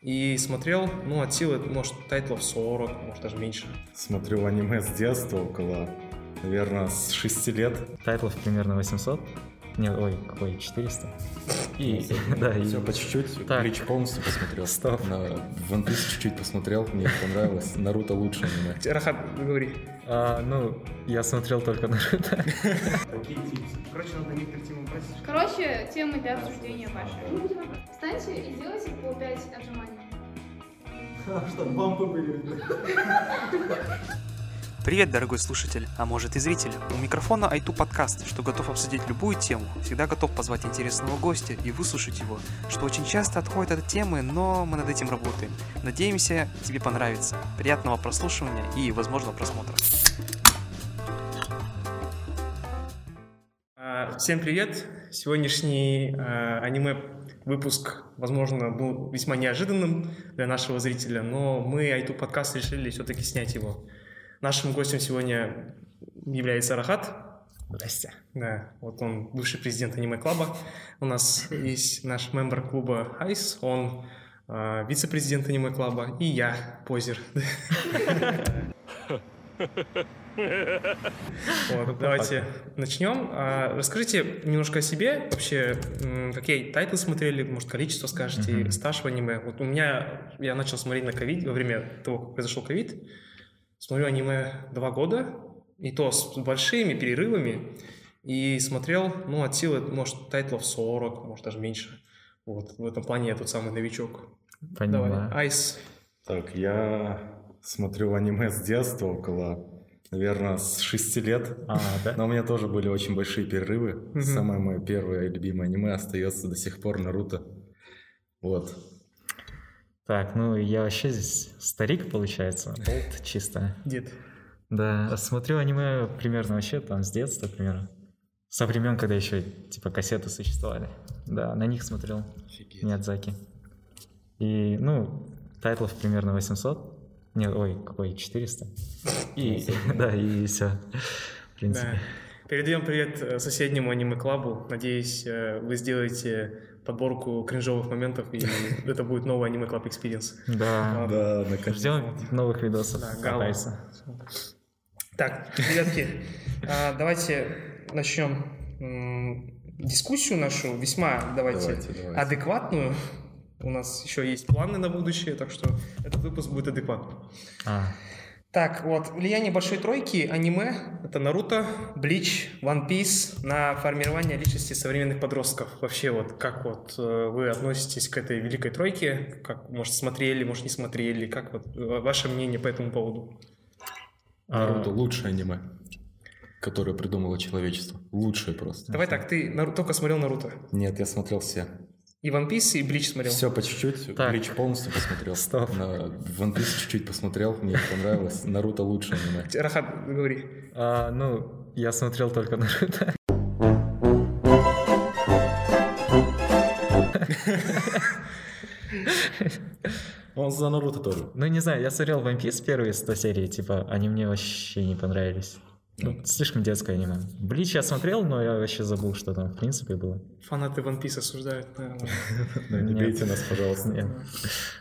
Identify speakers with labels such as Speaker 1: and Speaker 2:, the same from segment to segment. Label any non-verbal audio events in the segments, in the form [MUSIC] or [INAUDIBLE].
Speaker 1: И смотрел, ну, от силы, может, тайтлов 40, может, даже меньше.
Speaker 2: Смотрю аниме с детства, около, наверное, с 6 лет.
Speaker 3: Тайтлов примерно 800. Нет, ой, какой, 400. И, [LAUGHS] да, и...
Speaker 4: Все, по чуть-чуть.
Speaker 3: Так.
Speaker 4: Блич полностью посмотрел.
Speaker 3: Стоп.
Speaker 4: На One Piece чуть-чуть посмотрел, мне понравилось. Наруто лучше аниме.
Speaker 1: Рахат, говори.
Speaker 3: А, ну, я смотрел только Наруто.
Speaker 1: Короче, надо некоторые темы брать.
Speaker 5: Короче, темы для обсуждения ваши. Встаньте и сделайте по 5 отжиманий.
Speaker 6: Привет, дорогой слушатель, а может и зритель. У микрофона Айту подкаст, что готов обсудить любую тему, всегда готов позвать интересного гостя и выслушать его, что очень часто отходит от темы, но мы над этим работаем. Надеемся, тебе понравится. Приятного прослушивания и, возможно, просмотра.
Speaker 1: А, Всем привет! Сегодняшний а, аниме-выпуск, возможно, был весьма неожиданным для нашего зрителя, но мы, Айту Подкаст, решили все-таки снять его. Нашим гостем сегодня является Рахат.
Speaker 3: [LAUGHS] Здрасте.
Speaker 1: Да, вот он бывший президент аниме-клаба. У нас есть наш мембер клуба Айс, он а, вице-президент аниме-клаба, и я, позер. Вот, давайте начнем. А, Расскажите немножко о себе, вообще, м, какие тайтлы смотрели, может, количество скажете,
Speaker 3: Мгм.
Speaker 1: стаж в аниме. Вот у меня, я начал смотреть на ковид, во время того, как произошел ковид, смотрю аниме два года, и то с большими перерывами, и смотрел, ну, от силы, может, тайтлов 40, может, даже меньше. Вот, в этом плане я тот самый новичок. Давай,
Speaker 3: Понимаю.
Speaker 1: Айс.
Speaker 2: Так, я смотрю аниме с детства, около, наверное, с 6 лет.
Speaker 3: А, да?
Speaker 2: Но у меня тоже были очень большие перерывы.
Speaker 1: Мгм.
Speaker 2: Самое мое первое и любимое аниме остается до сих пор Наруто. Вот.
Speaker 3: Так, ну я вообще здесь старик, получается. Болт чисто.
Speaker 1: Дед.
Speaker 3: Да, смотрю аниме примерно вообще там с детства, примерно. Со времен, когда еще типа кассеты существовали. Да, на них смотрел
Speaker 2: Ну,
Speaker 3: Миядзаки. И, ну, тайтлов примерно 800. Нет, ой, какой, 400. И, да, и все. В
Speaker 1: Да.
Speaker 3: принципе.
Speaker 1: Передаем привет э, соседнему аниме-клабу. Надеюсь, э, вы сделаете подборку кринжовых моментов, [LAUGHS] и это будет новый аниме-клаб экспириенс.
Speaker 3: Да.
Speaker 2: Да, наконец.
Speaker 3: Ждем новых видосов.
Speaker 1: Да,
Speaker 3: от
Speaker 1: гала.
Speaker 3: Айса.
Speaker 1: Так, ребятки, а, давайте начнем м, дискуссию нашу, весьма, давайте,
Speaker 2: Давайте,
Speaker 3: А
Speaker 2: давайте.
Speaker 1: адекватную. У нас еще есть планы на будущее, так что этот выпуск будет адекватным.
Speaker 3: А,
Speaker 1: Так, вот, влияние большой тройки, аниме, это Наруто, Блич, One Piece на формирование личности современных подростков. Вообще, вот, как вот э, вы относитесь к этой великой тройке? Как, может, смотрели, может, не смотрели? Как вот э, ваше мнение по этому поводу?
Speaker 3: а,
Speaker 4: Наруто лучшее аниме, которое придумало человечество. Лучшее просто.
Speaker 1: Давай так, ты Нару- только смотрел Наруто.
Speaker 4: Нет, я смотрел все.
Speaker 1: И One Piece, и Блич смотрел.
Speaker 4: Все по чуть-чуть.
Speaker 3: Так.
Speaker 4: Блич полностью посмотрел.
Speaker 3: [LAUGHS] Стоп.
Speaker 4: На One Piece чуть-чуть посмотрел, мне понравилось. Наруто лучше аниме.
Speaker 1: Рахат, говори.
Speaker 3: а, ну, я смотрел только Наруто.
Speaker 2: Он за Наруто тоже.
Speaker 3: Ну, не знаю, я смотрел One Piece первые 100 серий, типа, они мне вообще не понравились. Ну, слишком детское аниме. Блич я смотрел, но я вообще забыл, что там в принципе было.
Speaker 1: Фанаты One Piece осуждают. наверное.
Speaker 2: Да, Ну, не
Speaker 3: Нет.
Speaker 2: бейте нас, пожалуйста.
Speaker 3: Нет.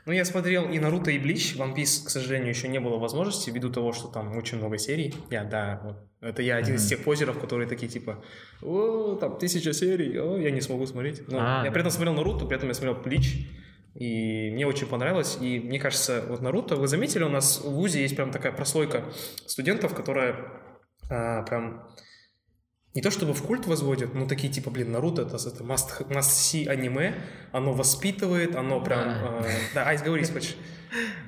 Speaker 1: Ну, я смотрел и Наруто, и Блич. One Piece, к сожалению, еще не было возможности, ввиду того, что там очень много серий. Я, да, вот. Это я один из
Speaker 3: Мгм.
Speaker 1: тех позеров, которые такие, типа, о, там тысяча серий, о, я не смогу смотреть. Но
Speaker 3: А.
Speaker 1: я при этом смотрел Наруто, при этом я смотрел Блич. И мне очень понравилось. И мне кажется, вот Наруто, вы заметили, у нас в ВУЗе есть прям такая прослойка студентов, которая а, прям не то чтобы в культ возводят, но такие типа, блин, Наруто это, это must, must see аниме, оно воспитывает, оно прям...
Speaker 3: Ну Да.
Speaker 1: э, да, Айс, говори, если
Speaker 3: [LAUGHS]
Speaker 1: хочешь.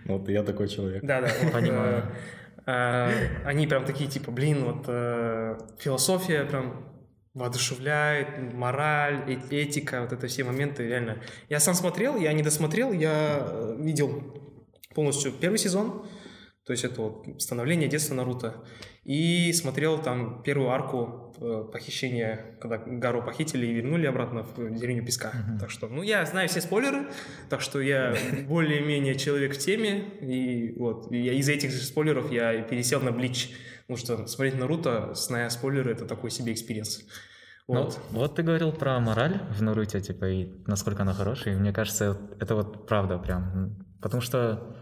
Speaker 2: Ну, Вот я такой человек.
Speaker 1: Да, да. вот,
Speaker 3: Понимаю.
Speaker 1: э, э, Они прям такие, типа, блин, вот э, философия прям воодушевляет, мораль, э- этика, вот это все моменты, реально. Я сам смотрел, я не досмотрел, я э, видел полностью первый сезон, то есть это вот становление детства Наруто, и смотрел там первую арку э, похищения, когда Гару похитили и вернули обратно в деревню песка.
Speaker 3: Мгм.
Speaker 1: Так что, ну, я знаю все спойлеры, так что я [LAUGHS] более-менее человек в теме, и вот, и я из этих же спойлеров я и пересел на Блич, потому что смотреть Наруто, зная спойлеры, это такой себе экспириенс.
Speaker 3: Ну,
Speaker 1: Вот.
Speaker 3: вот ты говорил про мораль в Наруте, типа, и насколько она хорошая, и мне кажется, вот это вот правда прям. М, Потому что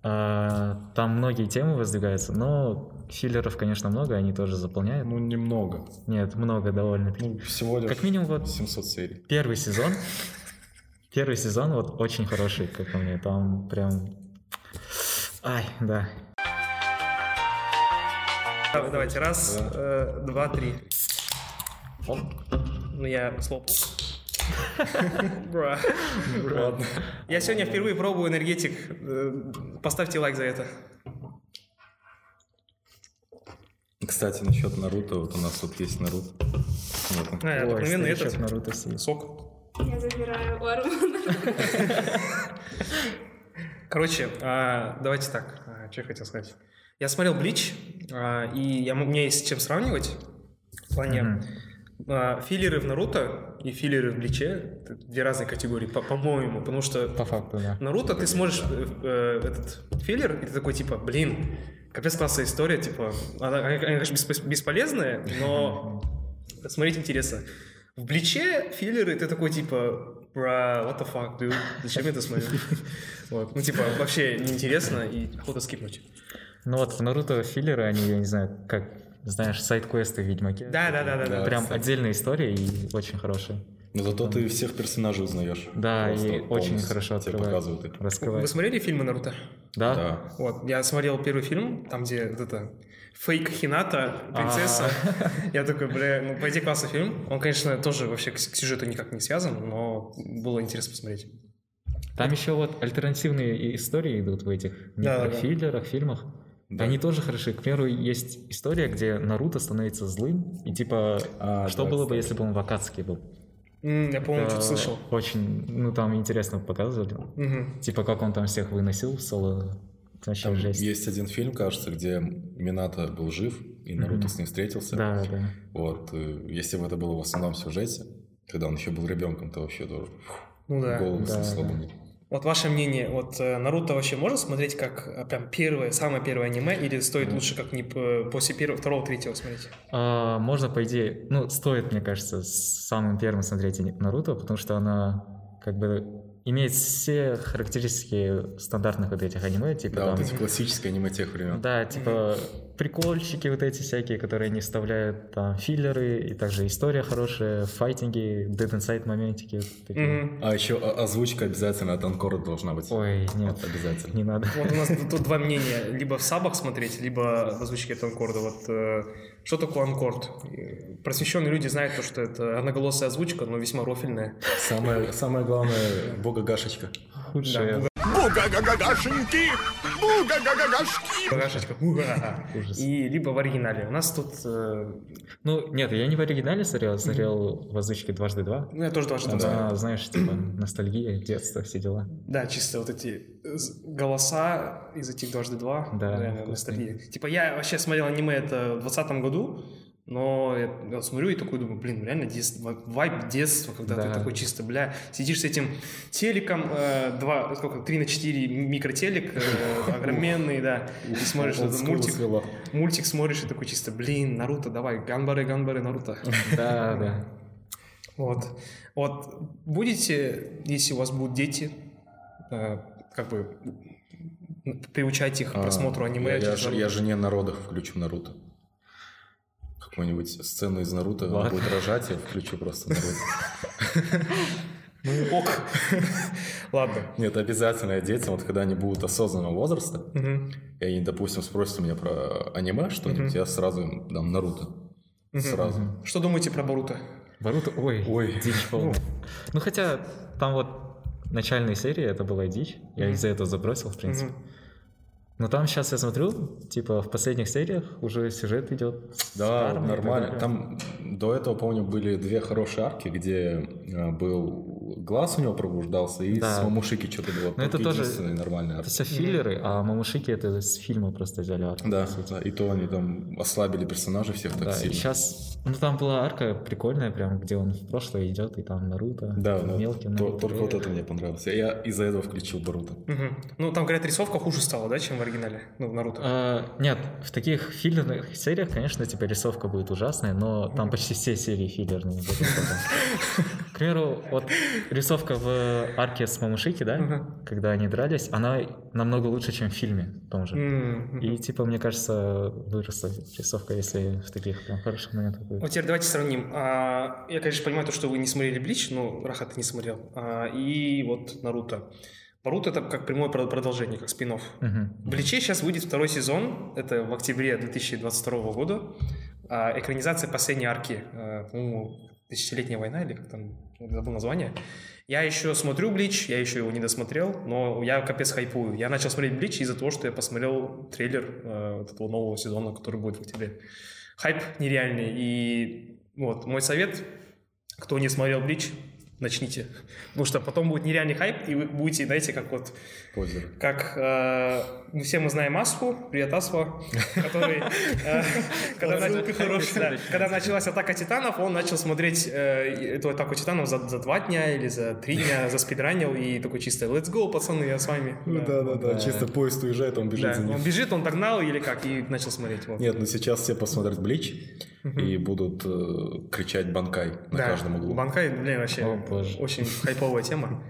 Speaker 3: а, там многие темы воздвигаются, но филлеров, конечно, много, они тоже заполняют.
Speaker 2: Ну, немного.
Speaker 3: Нет, много довольно-таки.
Speaker 2: Ну, всего лишь
Speaker 3: Как минимум вот
Speaker 2: 700 серий.
Speaker 3: первый сезон. Первый сезон вот очень хороший, как по мне. Там прям... Ай, да.
Speaker 1: Давай- Давайте, раз, э, два, три. Ну, я [LAUGHS] слопал. Бра.
Speaker 2: Ладно.
Speaker 1: Я сегодня впервые пробую энергетик. Э, Поставьте лайк за это.
Speaker 2: Кстати, насчет Наруто, вот у нас тут есть Наруто. Вот он.
Speaker 1: А,
Speaker 3: Ой,
Speaker 1: обыкновенный
Speaker 3: старичок
Speaker 1: этот.
Speaker 3: Наруто сидит.
Speaker 1: Сок.
Speaker 5: Я забираю у Армана.
Speaker 1: [LAUGHS] Короче, а, давайте так. А, Что я хотел сказать? Я смотрел Блич, а, и я, м- у меня есть с чем сравнивать. В плане
Speaker 3: Мгм.
Speaker 1: а, филлеры в Наруто и филлеры в Бличе. Это две разные категории, по- по-моему. потому что
Speaker 3: По факту, да.
Speaker 1: Наруто ты сможешь э, э, этот филлер, и ты такой, типа, блин, капец классная история, типа, она, она, конечно, беспо- бесполезная,
Speaker 2: [LAUGHS]
Speaker 1: но смотреть интересно. В Бличе филлеры ты такой, типа, бра, what the fuck, dude, зачем я это
Speaker 2: [LAUGHS]
Speaker 1: смотрю? Вот. Ну, типа, вообще неинтересно и охота скипнуть.
Speaker 3: Ну вот в Наруто филлеры, они, я не знаю, как, знаешь, сайт-квесты в Ведьмаке.
Speaker 1: Да-да-да-да.
Speaker 2: Да.
Speaker 3: Прям
Speaker 2: кстати.
Speaker 3: отдельная история и очень хорошая.
Speaker 2: Но зато ты всех персонажей узнаешь.
Speaker 3: Да,
Speaker 2: Просто
Speaker 3: и очень
Speaker 2: полностью.
Speaker 3: хорошо
Speaker 2: Тебе
Speaker 3: открывает.
Speaker 2: показывают их.
Speaker 1: Вы
Speaker 3: Раскрывает.
Speaker 1: смотрели фильмы Наруто?
Speaker 3: Да?
Speaker 2: Да.
Speaker 1: Вот, я смотрел первый фильм, там, где вот это фейк Хината,
Speaker 3: А,
Speaker 1: принцесса. Я такой, бля, ну, пойди классный фильм. Он, конечно, тоже вообще к к сюжету никак не связан, но было интересно посмотреть.
Speaker 3: [LAUGHS] Там еще вот альтернативные и- истории идут в этих
Speaker 1: Да-да-да.
Speaker 3: микрофиллерах, фильмах.
Speaker 2: Да.
Speaker 3: Они тоже хороши. К примеру, есть история, где Наруто становится злым, и типа,
Speaker 2: А,
Speaker 3: что
Speaker 2: да,
Speaker 3: было бы,
Speaker 2: кстати.
Speaker 3: если бы он в Акацке был?
Speaker 1: М, Я, по-моему,
Speaker 3: Это
Speaker 1: что-то слышал.
Speaker 3: Очень, ну там интересно показывали.
Speaker 1: Мгм.
Speaker 3: Типа, как он там всех выносил в соло. Это вообще
Speaker 2: Там
Speaker 3: жесть.
Speaker 2: есть один фильм, кажется, где Минато был жив, и Наруто
Speaker 3: Мгм.
Speaker 2: с ним встретился.
Speaker 3: Да, да.
Speaker 2: Вот, э, если бы это было в основном сюжете, когда он еще был ребенком, то вообще тоже фу,
Speaker 1: Ну да.
Speaker 2: голову
Speaker 3: да,
Speaker 2: снесло бы
Speaker 3: да. Типа
Speaker 2: мне.
Speaker 1: Вот ваше мнение, вот э, Наруто вообще можно смотреть как э, прям первое, самое первое аниме, или стоит лучше как не п- э, после первого, второго, третьего смотреть?
Speaker 3: А, можно, по идее, ну, стоит, мне кажется, с самым первым смотреть ани- Наруто, потому что она как бы имеет все характеристики стандартных вот этих аниме, типа
Speaker 2: Да,
Speaker 3: там...
Speaker 2: вот эти классические аниме тех времен.
Speaker 3: Да, типа прикольчики вот эти всякие, которые не вставляют там филлеры, и также история хорошая, файтинги, Dead Inside моментики. вот такие.
Speaker 1: Мгм.
Speaker 2: А еще о- озвучка обязательно от Анкора должна быть.
Speaker 3: Ой, нет,
Speaker 2: Вот обязательно.
Speaker 3: не надо.
Speaker 1: Вот у нас тут два мнения. Либо в сабах смотреть, либо в озвучке от анкорда. Вот э, что такое анкорд? Э, Просвещенные люди знают, то, что это одноголосая озвучка, но весьма рофильная.
Speaker 2: Самое, самое главное, бога Гашечка.
Speaker 3: [LAUGHS]
Speaker 1: Да, Гашечка. ура.
Speaker 3: Ужас.
Speaker 1: И либо в оригинале. У нас тут... э,
Speaker 3: Ну, нет, я не в оригинале смотрел, я смотрел в озвучке дважды два.
Speaker 1: ну, я тоже должен
Speaker 3: Там,
Speaker 1: там сказать.
Speaker 3: а, знаешь, типа, ностальгия, детство, все дела.
Speaker 1: Да, чисто вот эти э, з- голоса из этих дважды два.
Speaker 3: Да,
Speaker 1: Реально,
Speaker 3: вкусные.
Speaker 1: ностальгия. Типа я вообще смотрел аниме это в двадцатом году, но я, я смотрю и такой думаю, блин, реально дет- ва- вайб детства, когда
Speaker 3: Да.
Speaker 1: ты такой чисто, бля, сидишь с этим телеком, э, два, сколько, три на четыре микротелек,
Speaker 3: [LAUGHS]
Speaker 1: э, огроменный, да, и смотришь этот
Speaker 2: Олдскул
Speaker 1: мультик,
Speaker 2: свело.
Speaker 1: мультик смотришь и такой чисто, блин, Наруто, давай, Ганбары, Ганбары, Наруто.
Speaker 3: Да, да.
Speaker 1: Вот. Вот будете, если у вас будут дети, э, как бы м, приучать их к
Speaker 2: А,
Speaker 1: просмотру аниме.
Speaker 2: Я, я
Speaker 1: через
Speaker 2: ж-
Speaker 1: Наруто?
Speaker 2: я жене на родах включу Наруто. Какую-нибудь сцену из Наруто, она
Speaker 3: Ладно.
Speaker 2: будет рожать, я включу просто Наруто.
Speaker 1: Ну, Ок. [LAUGHS] Ладно.
Speaker 2: Нет, Ну, обязательно я детям, вот когда они будут осознанного возраста,
Speaker 1: Мгм.
Speaker 2: и они, допустим, спросят у меня про аниме что-нибудь,
Speaker 1: Мгм.
Speaker 2: я сразу им дам Наруто.
Speaker 1: Мгм.
Speaker 2: Сразу.
Speaker 1: Что думаете про Боруто?
Speaker 3: Боруто, ой,
Speaker 2: Ой.
Speaker 3: дичь полная. Ну, хотя там вот начальные серии это была дичь, я
Speaker 1: Мгм.
Speaker 3: из-за этого забросил, в принципе.
Speaker 1: Мгм.
Speaker 3: Но там сейчас я смотрю, типа в последних сериях уже сюжет идет. с
Speaker 2: Да,
Speaker 3: армией и так
Speaker 2: нормально.
Speaker 3: далее.
Speaker 2: Там до этого, помню, были две хорошие арки, где э, был глаз у него пробуждался, и
Speaker 3: Да.
Speaker 2: с Мамушики что-то было.
Speaker 3: Но это
Speaker 2: Только
Speaker 3: тоже-
Speaker 2: единственные нормальные
Speaker 3: Это
Speaker 2: арки.
Speaker 3: все филлеры, а Мамушики это с фильма просто взяли. арку,
Speaker 2: Да,
Speaker 3: по сути.
Speaker 2: да, и то они там ослабили персонажей всех так
Speaker 3: Да, и
Speaker 2: сильно.
Speaker 3: сейчас, ну там была арка прикольная, прям где он в прошлое идет, и там Наруто,
Speaker 2: Да, да.
Speaker 3: мелкий
Speaker 2: То-
Speaker 3: Наруто.
Speaker 2: только вот это мне понравилось. Я из-за этого включил Боруто.
Speaker 1: Мгм. Ну, там, говорят, рисовка хуже стала, да, чем в оригинале? Ну, в Наруто.
Speaker 3: А, нет, в таких филлерных сериях, конечно, типа рисовка будет ужасная, но там почти все серии филлерные. вот это вот. К примеру, вот рисовка в арке с Мамушики, да,
Speaker 1: Мгм.
Speaker 3: когда они дрались, она намного лучше, чем в фильме в том же.
Speaker 1: М,
Speaker 3: И
Speaker 1: мгм.
Speaker 3: типа, мне кажется, выросла рисовка, если в таких прям хороших моментах будет.
Speaker 1: Вот теперь давайте сравним. А, я, конечно, понимаю то, что вы не смотрели Блич, но Рахат ты не смотрел. А, и вот Наруто. Наруто это как прямое про- продолжение, как спин
Speaker 3: Мгм.
Speaker 1: В Бличе сейчас выйдет второй сезон, это в октябре 2022 года. А, экранизация последней арки, э, по-моему, «Тысячелетняя война» или как там, я забыл название. Я еще смотрю «Блич», я еще его не досмотрел, но я капец хайпую. Я начал смотреть «Блич» из-за того, что я посмотрел трейлер э, вот этого нового сезона, который будет в октябре. Хайп нереальный, и вот мой совет, кто не смотрел «Блич», начните, [LAUGHS] потому что потом будет нереальный хайп, и вы будете, знаете, как вот
Speaker 2: Позер.
Speaker 1: как э, мы все мы знаем Асфу, привет Асфа, который, э, когда на- да, когда началась атака титанов, он начал смотреть э, и- эту атаку титанов за, за два дня или за три дня, заспидранил и такой чисто «Let's go, пацаны, я с вами».
Speaker 2: Ну Да-да-да, чисто поезд уезжает, он
Speaker 1: Да,
Speaker 2: бежит за ним.
Speaker 1: он бежит, он догнал или как, и начал смотреть. вот.
Speaker 2: Нет, ну сейчас все посмотрят Блич
Speaker 1: Мгм.
Speaker 2: и будут э, кричать Банкай на
Speaker 1: Да,
Speaker 2: каждом углу.
Speaker 1: Банкай, блин, вообще
Speaker 3: О, боже.
Speaker 1: очень хайповая тема.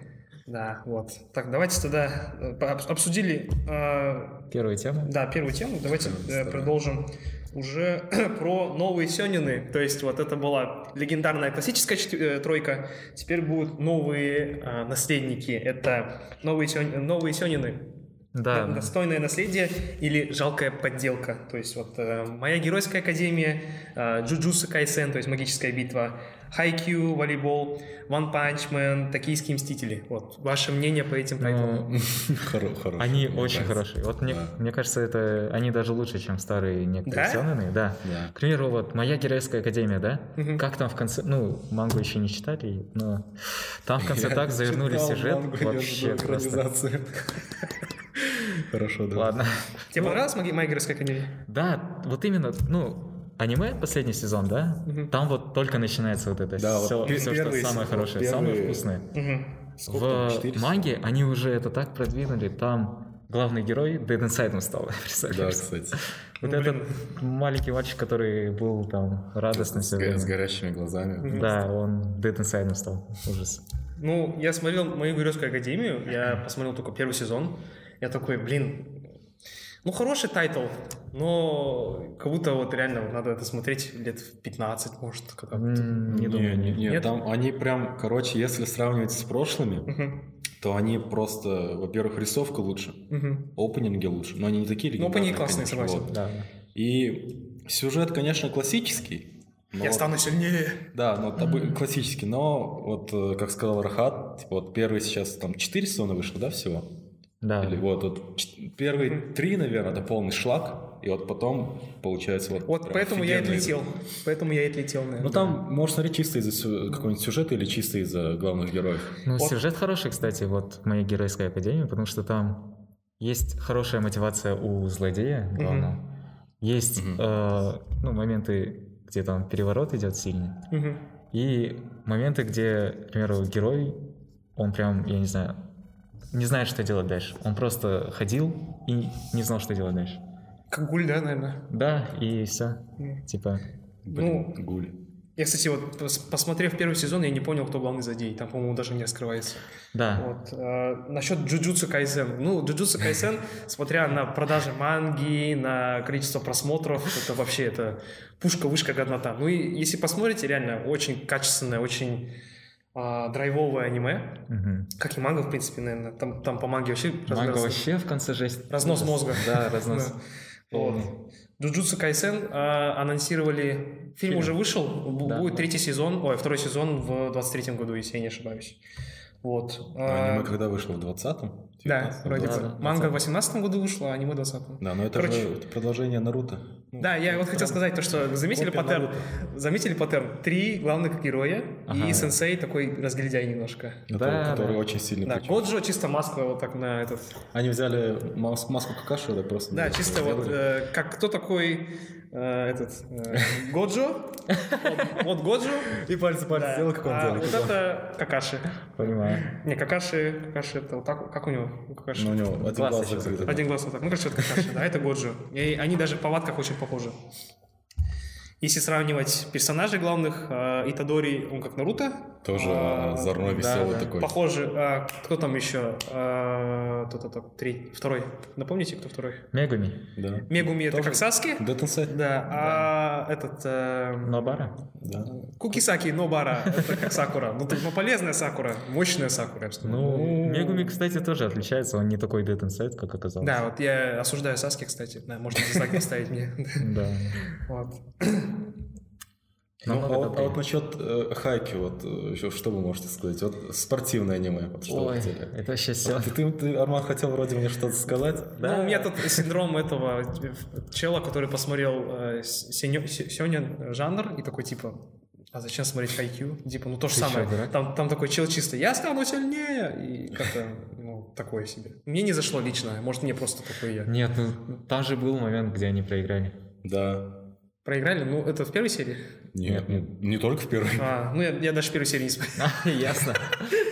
Speaker 1: Да, вот. Так, давайте тогда э, по- обс- обсудили э,
Speaker 3: Первая тема.
Speaker 1: Да, первую тему. Давайте
Speaker 2: Вторая,
Speaker 1: э,
Speaker 2: вторая.
Speaker 1: продолжим уже [CLEARS THROAT] про новые Сёнины. То есть вот это была легендарная классическая четв- э, тройка. Теперь будут новые э, наследники. Это новые, Сён- новые Сёнины.
Speaker 3: Да.
Speaker 1: Д- Достойное наследие или жалкая подделка. То есть вот э, моя геройская академия, э, Джуджутсу Кайсен, то есть магическая битва, Хайкью, волейбол, One Punch Man, токийские мстители. Вот ваше мнение по этим тайтлам?
Speaker 3: Но
Speaker 2: [LAUGHS] Хоро- хороший,
Speaker 3: они
Speaker 2: мне нравится.
Speaker 3: очень хорошие. Вот мне,
Speaker 2: Да.
Speaker 3: мне кажется, это они даже лучше, чем старые некоторые
Speaker 1: Да?
Speaker 3: сёнэны, да.
Speaker 2: Да.
Speaker 3: К примеру, вот моя геройская академия, да?
Speaker 1: Мгм.
Speaker 3: Как там в конце... Ну, мангу еще не читали, но там А в конце так завернули сюжет. Вообще просто...
Speaker 2: Хорошо, да.
Speaker 3: Ладно.
Speaker 1: Тебе понравилась маги- моя геройская академия?
Speaker 3: Да, вот именно, ну, аниме последний сезон, да?
Speaker 1: Мгм.
Speaker 3: Там вот только начинается вот это
Speaker 2: Да, вот
Speaker 3: все,
Speaker 2: пе-
Speaker 3: что
Speaker 2: первый сезон,
Speaker 3: самое хорошее,
Speaker 2: первый-
Speaker 3: самое вкусное.
Speaker 1: Мгм.
Speaker 2: Сколько там,
Speaker 3: в
Speaker 2: четыре
Speaker 3: манге они уже это так продвинули, там главный герой Dead Inside стал. [LAUGHS]
Speaker 2: Да,
Speaker 3: представляешь?
Speaker 2: кстати.
Speaker 3: вот
Speaker 1: Ну,
Speaker 3: этот
Speaker 1: блин.
Speaker 3: маленький мальчик, который был там радостный
Speaker 2: С,
Speaker 3: все
Speaker 2: го- с
Speaker 3: время.
Speaker 2: горящими глазами.
Speaker 3: Да, он Dead Inside стал. Ужас.
Speaker 1: Ну, я смотрел мою Грёзскую академию, я посмотрел только первый сезон. Я такой, блин, ну хороший тайтл, но как будто вот реально надо это смотреть лет в 15, может, когда
Speaker 3: М, Не думаю.
Speaker 2: А, не, не,
Speaker 1: Нет?
Speaker 2: там они прям, короче, если сравнивать с прошлыми,
Speaker 1: Мгм,
Speaker 2: то они просто, во-первых, рисовка лучше,
Speaker 1: мгм.
Speaker 2: опенинги лучше, но они не такие
Speaker 1: Ну, опенинги
Speaker 2: легендарные,
Speaker 1: классные,
Speaker 2: конечно,
Speaker 1: согласен.
Speaker 2: вот.
Speaker 3: Да.
Speaker 2: И сюжет, конечно, классический.
Speaker 1: Я
Speaker 2: но Ну вот-
Speaker 1: стану сильнее.
Speaker 2: Да, но табы- классический, но вот, э, как сказал Рахат, типа вот первый сейчас там 4 сезона вышло, да, всего?
Speaker 3: Да.
Speaker 2: Или вот, вот ч- первые три, наверное, это полный шлак, и вот потом получается вот...
Speaker 1: Вот
Speaker 2: прям
Speaker 1: поэтому я и
Speaker 2: офигенно
Speaker 1: отлетел.
Speaker 2: идут.
Speaker 1: Поэтому я и отлетел,
Speaker 2: Ну
Speaker 1: наверное.
Speaker 2: там, можно смотреть чисто из-за сю- какого-нибудь сюжета или чисто из-за главных героев.
Speaker 3: Ну,
Speaker 1: Вот.
Speaker 3: сюжет хороший, кстати, вот моей геройской академии, потому что там есть хорошая мотивация у злодея главного. Есть
Speaker 2: Мгм.
Speaker 3: э, ну, моменты, где там переворот идет сильный.
Speaker 1: Мгм.
Speaker 3: И моменты, где, к примеру, герой, он прям, я не знаю, не знает, что делать дальше. Он просто ходил и не знал, что делать дальше.
Speaker 1: Как гуль, да, наверное.
Speaker 3: Да, и все. Типа,
Speaker 2: Блин,
Speaker 1: Ну,
Speaker 2: гули.
Speaker 1: Я, кстати, вот пос- посмотрев первый сезон, я не понял, кто главный злодей. Там, по-моему, даже не раскрывается.
Speaker 3: да.
Speaker 1: Вот. э, насчет Джуджутсу Кайзен. Ну, Джуджутсу Кайзен, смотря на продажи манги, на количество просмотров, это вообще это пушка-вышка годнота. Ну и если посмотрите, реально очень качественное, очень а, драйвовое аниме,
Speaker 3: Мгм.
Speaker 1: как и манга, в принципе, наверное. Там, там по манге вообще...
Speaker 3: Манга
Speaker 1: раз-
Speaker 3: вообще в конце жесть.
Speaker 1: Разнос мозга.
Speaker 3: Да, разнос.
Speaker 1: [LAUGHS] Да.
Speaker 3: Полный.
Speaker 1: Вот. Джуджутсу Кайсен а, анонсировали... Фильм, уже вышел, бу-
Speaker 3: Да.
Speaker 1: будет третий сезон, ой, второй сезон в 23-м году, если я не ошибаюсь. Вот.
Speaker 2: А
Speaker 1: А,
Speaker 2: аниме когда вышло? В 20-м?
Speaker 1: да,
Speaker 2: 19-м?
Speaker 1: вроде бы.
Speaker 3: 20-м.
Speaker 1: Манга в 18 году вышла, а аниме в 20
Speaker 2: Да, но это
Speaker 1: Короче.
Speaker 2: же это продолжение Наруто. Ну,
Speaker 1: Да, я вот хотел сказать то, что заметили
Speaker 2: Копия
Speaker 1: паттерн?
Speaker 2: Наруто.
Speaker 1: Заметили паттерн? Три главных героя и
Speaker 3: Ага.
Speaker 1: сенсей такой разглядяй немножко.
Speaker 2: Это
Speaker 3: Да,
Speaker 2: который
Speaker 3: да.
Speaker 2: очень сильно
Speaker 1: Да,
Speaker 2: причем.
Speaker 1: Годжо чисто маска вот так на этот.
Speaker 2: Они взяли мас- маску какаши, да, просто...
Speaker 1: Да,
Speaker 2: для
Speaker 1: чисто
Speaker 2: этого
Speaker 1: вот
Speaker 2: сделали.
Speaker 1: э, как кто такой э, этот э, Годжо? Вот- Вот Годжо.
Speaker 2: [LAUGHS] И пальцы пальцы
Speaker 1: Да.
Speaker 2: сделал, как он
Speaker 1: А
Speaker 2: делает.
Speaker 1: Вот это Какаши.
Speaker 3: Понимаю.
Speaker 1: Не, Какаши, Какаши это вот так, как у него? У Какаши.
Speaker 2: Ну, у него один
Speaker 3: Глаз
Speaker 2: глаз
Speaker 3: еще
Speaker 2: закрыт. да.
Speaker 1: Один глаз вот так. Ну, короче, вот Какаши, да, это Годжо. И они даже в повадках очень похожи. Если сравнивать персонажей главных, э, Итадори, он как Наруто.
Speaker 2: Тоже
Speaker 1: А,
Speaker 2: э, озорной,
Speaker 1: да,
Speaker 2: веселый
Speaker 1: да.
Speaker 2: такой.
Speaker 1: Похоже, а, кто там еще? А, кто то там, третий, второй. Напомните, кто второй?
Speaker 3: Мегами.
Speaker 2: Да.
Speaker 1: Мегуми это
Speaker 2: Тоже-
Speaker 1: как Саски?
Speaker 2: Dead Inside?
Speaker 1: Да, а этот... э,
Speaker 3: Нобара.
Speaker 2: Да.
Speaker 1: Кукисаки Нобара, это как Сакура. Ну, так, ну, полезная Сакура, мощная Сакура, я бы сказал.
Speaker 3: Ну, Мегуми, кстати, тоже отличается. Он не такой Dead Inside, как оказалось.
Speaker 1: Да, вот я осуждаю Саски, кстати. Да, можно дизлайк поставить мне. [LAUGHS]
Speaker 3: Да.
Speaker 1: Вот.
Speaker 2: Ну,
Speaker 3: Намного
Speaker 2: а, вот- а
Speaker 3: добрее.
Speaker 2: вот насчет э, хайки, вот э, что, что вы можете сказать? Вот спортивное аниме, вот что вы
Speaker 3: Ой,
Speaker 2: хотели?
Speaker 3: это вообще все.
Speaker 2: Вот ты- ты, ты, Арман, хотел вроде мне что-то сказать?
Speaker 1: Ну, у меня тут синдром этого э, чела, который посмотрел э, с- синё- с- Сёнин жанр и такой типа, а зачем смотреть хайкю? Типа, ну то же
Speaker 3: Ты чё,
Speaker 1: самое.
Speaker 3: дурак?
Speaker 1: там, там такой чел чисто, я стану сильнее. И как-то, ну, такое себе. Мне не зашло лично, может, мне просто такое я.
Speaker 3: Нет, ну там же был момент, где они проиграли.
Speaker 2: Да.
Speaker 1: Проиграли? Ну, это в первой серии?
Speaker 2: Нет,
Speaker 3: Нет.
Speaker 2: не, не только в
Speaker 3: [LAUGHS]
Speaker 2: первой.
Speaker 1: А, ну, я, я даже первую серию не смотрел.
Speaker 3: Ясно.